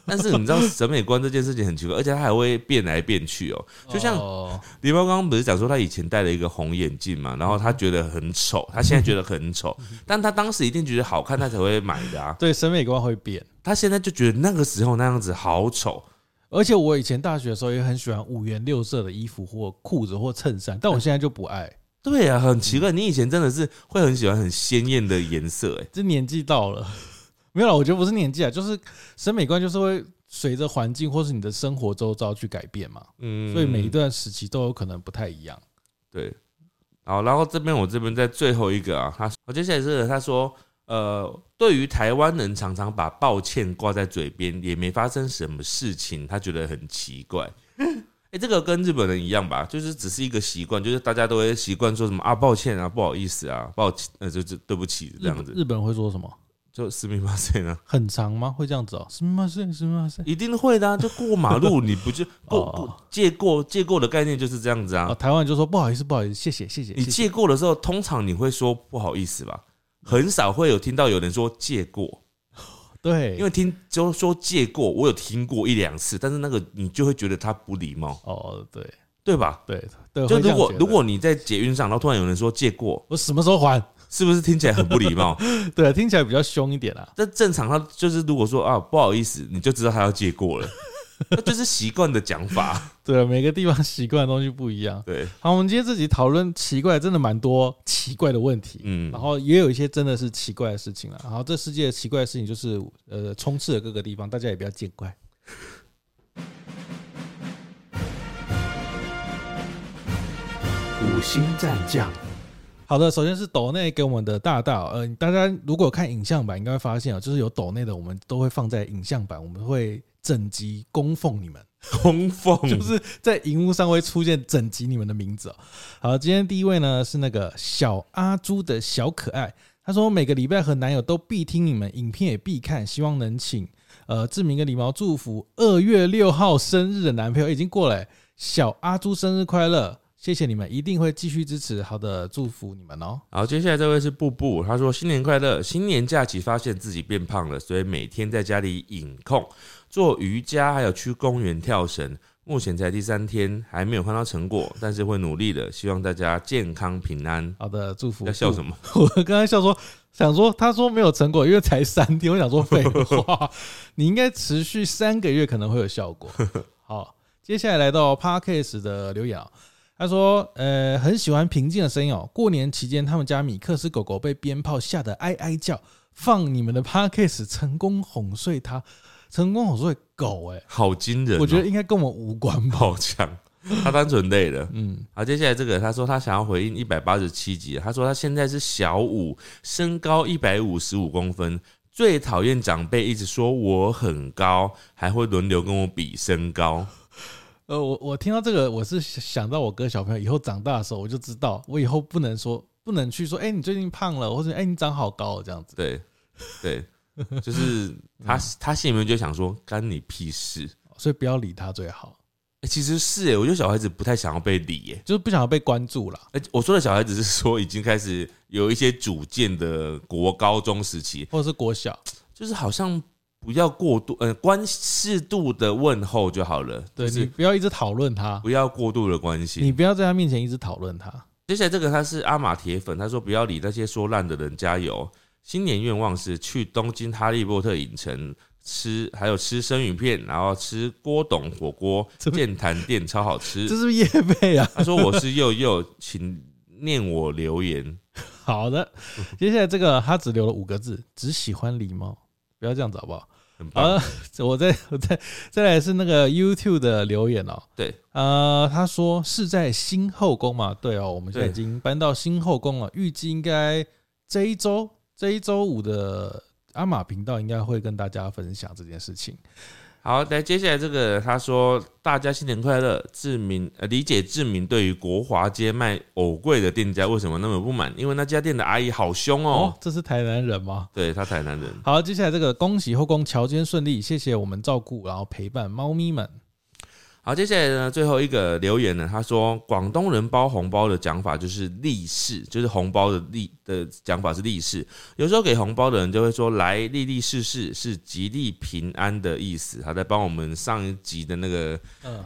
但是你知道审美观这件事情很奇怪，而且他还会变来变去哦。就像
哦
狸猫刚刚不是讲说他以前戴了一个红眼镜嘛，然后他觉得很丑，他现在觉得很丑，
嗯
但他当时一定觉得好看，他才会买的啊。
对审美观会变。
他现在就觉得那个时候那样子好丑，
而且我以前大学的时候也很喜欢五颜六色的衣服或裤子或衬衫，但我现在就不爱。
对啊，很奇怪，你以前真的是会很喜欢很鲜艳的颜色、欸，
这年纪到了， 没有了，我觉得不是年纪啊，就是审美观就是会随着环境或是你的生活周遭去改变嘛，
嗯，
所以每一段时期都有可能不太一样。
对，好，然后这边我这边在最后一个啊，他我接下来是他说，呃，对于台湾人常常把抱歉挂在嘴边，也没发生什么事情，他觉得很奇怪。哎、这个跟日本人一样吧，就是只是一个习惯，就是大家都会习惯说什么啊，抱歉啊，不好意思啊，抱歉，呃，就就对不起这
日
样
本
子，
日本人会说什么？
就私密发生啊。
很长吗？会这样子哦？什么事？什么事？
一定会的、啊，就过马路你不就过
哦
过借过借过的概念就是这样子
啊，
啊。
台湾就说不好意思，不好意思，谢谢，谢谢。
你
谢谢
借过的时候，通常你会说不好意思吧，很少会有听到有人说借过，
对，
因为听就说借过，我有听过一两次，但是那个你就会觉得他不礼貌，
哦，对
对吧？
对对，
就
会这样
如果
觉得
如果你在捷运上，然后突然有人说借过，
我什么时候还？
是不是听起来很不 礼貌？
对，听起来比较凶一点啊。
但正常他就是如果说啊不好意思，你就知道他要借 过了，那就是习惯的讲法。
对，啊每个地方习惯的东西不一样。
对，
好，我们今天这集讨论奇怪，真的蛮多奇怪的问题，
嗯
然，后也有一些真的是奇怪的事情了。然后这世界的奇怪的事情就是呃，充斥了各个地方，大家也不要见怪。
五星战将，
好的，首先是抖内给我们的大大哦，呃，大家如果有看影像版，应该会发现啊、就是有抖内的，我们都会放在影像版，我们会整集供奉你们，
供奉
就是在荧幕上会出现整集你们的名字、哦。好，今天第一位呢是那个小阿朱的小可爱，他说每个礼拜和男友都必听你们，影片也必看，希望能请呃志明跟李毛祝福二月六号生日的男朋友、欸已经过了欸、小阿朱生日快乐！谢谢你们，一定会继续支持。好的，祝福你们哦。
好，接下来这位是布布，他说新年快乐。新年假期发现自己变胖了，所以每天在家里饮控，做瑜伽，还有去公园跳绳。目前才第三天，还没有看到成果，但是会努力的。希望大家健康平安。
好的，祝福。
要笑什么？
我刚刚笑说，想说他说没有成果，因为才三天。我想说废话，你应该持续三个月可能会有效果。好，接下来来到 Parkes 的留言啊、他说呃很喜欢平静的声音哦。过年期间，他们家米克斯狗狗被鞭炮吓得哀哀叫，放你们的 Parkes 成功哄睡它，成功哄睡狗哎、
好惊人哦、
我觉得应该跟我们无关吧。
好强，他单纯累了。
嗯，
好，接下来这个他说他想要回应一百八十七集，他说他现在是小五，身高一百五十五公分，最讨厌长辈一直说我很高，还会轮流跟我比身高。
呃，我我听到这个，我是想到我哥小朋友以后长大的时候，我就知道我以后不能说不能去说，哎、你最近胖了，或者哎、你长好高哦这样子。
对，对，就是他他心里面就想说干你屁事。
所以不要理他最好，
欸其实是诶、我觉得小孩子不太想要被理耶、
就是不想要被关注啦，
而且我说的小孩子是说已经开始有一些主见的国高中时期，
或者是国小，
就是好像不要过度，呃，关适度的问候就好了，
对
就是
你不要一直讨论他，
不要过度的关
你
心。
不要在他面前一直讨论他。
接下来这个他是阿玛铁粉，他说不要理那些说烂的人，加油！新年愿望是去东京哈利波特影城吃，还有吃生鱼片，然后吃郭董火锅，
这不
健谈店超好吃
这。是不是叶贝啊？
他说我是佑佑，请念我留言。
好的，接下来这个他只留了五个字，只喜欢狸猫，不要这样子好不好？
很棒，
啊， 我再我再再来是那个 YouTube 的留言哦，
对，
呃，他说是在新后宫嘛？对哦，我们现在
对
已经搬到新后宫了，预计应该这一周这一周五的阿玛频道应该会跟大家分享这件事情。
好，来接下来这个，他说大家新年快乐。志明呃，理解志明对于国华街卖藕桂的店家为什么那么不满，因为那家店的阿姨好凶
哦
哦。，
这是台南人吗？
对他台南人，
好，接下来这个恭喜后宫乔间顺利，谢谢我们照顾然后陪伴猫咪们。
好，接下来呢，最后一个留言呢，他说广东人包红包的讲法就是利是，就是红包的利的讲法是利是。有时候给红包的人就会说来利利是是是吉利平安的意思。他在帮我们上一集的那个
嗯，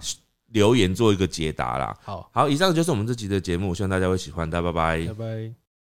留言做一个解答啦。
好，
好，以上就是我们这集的节目，希望大家会喜欢，大家拜拜
拜。拜。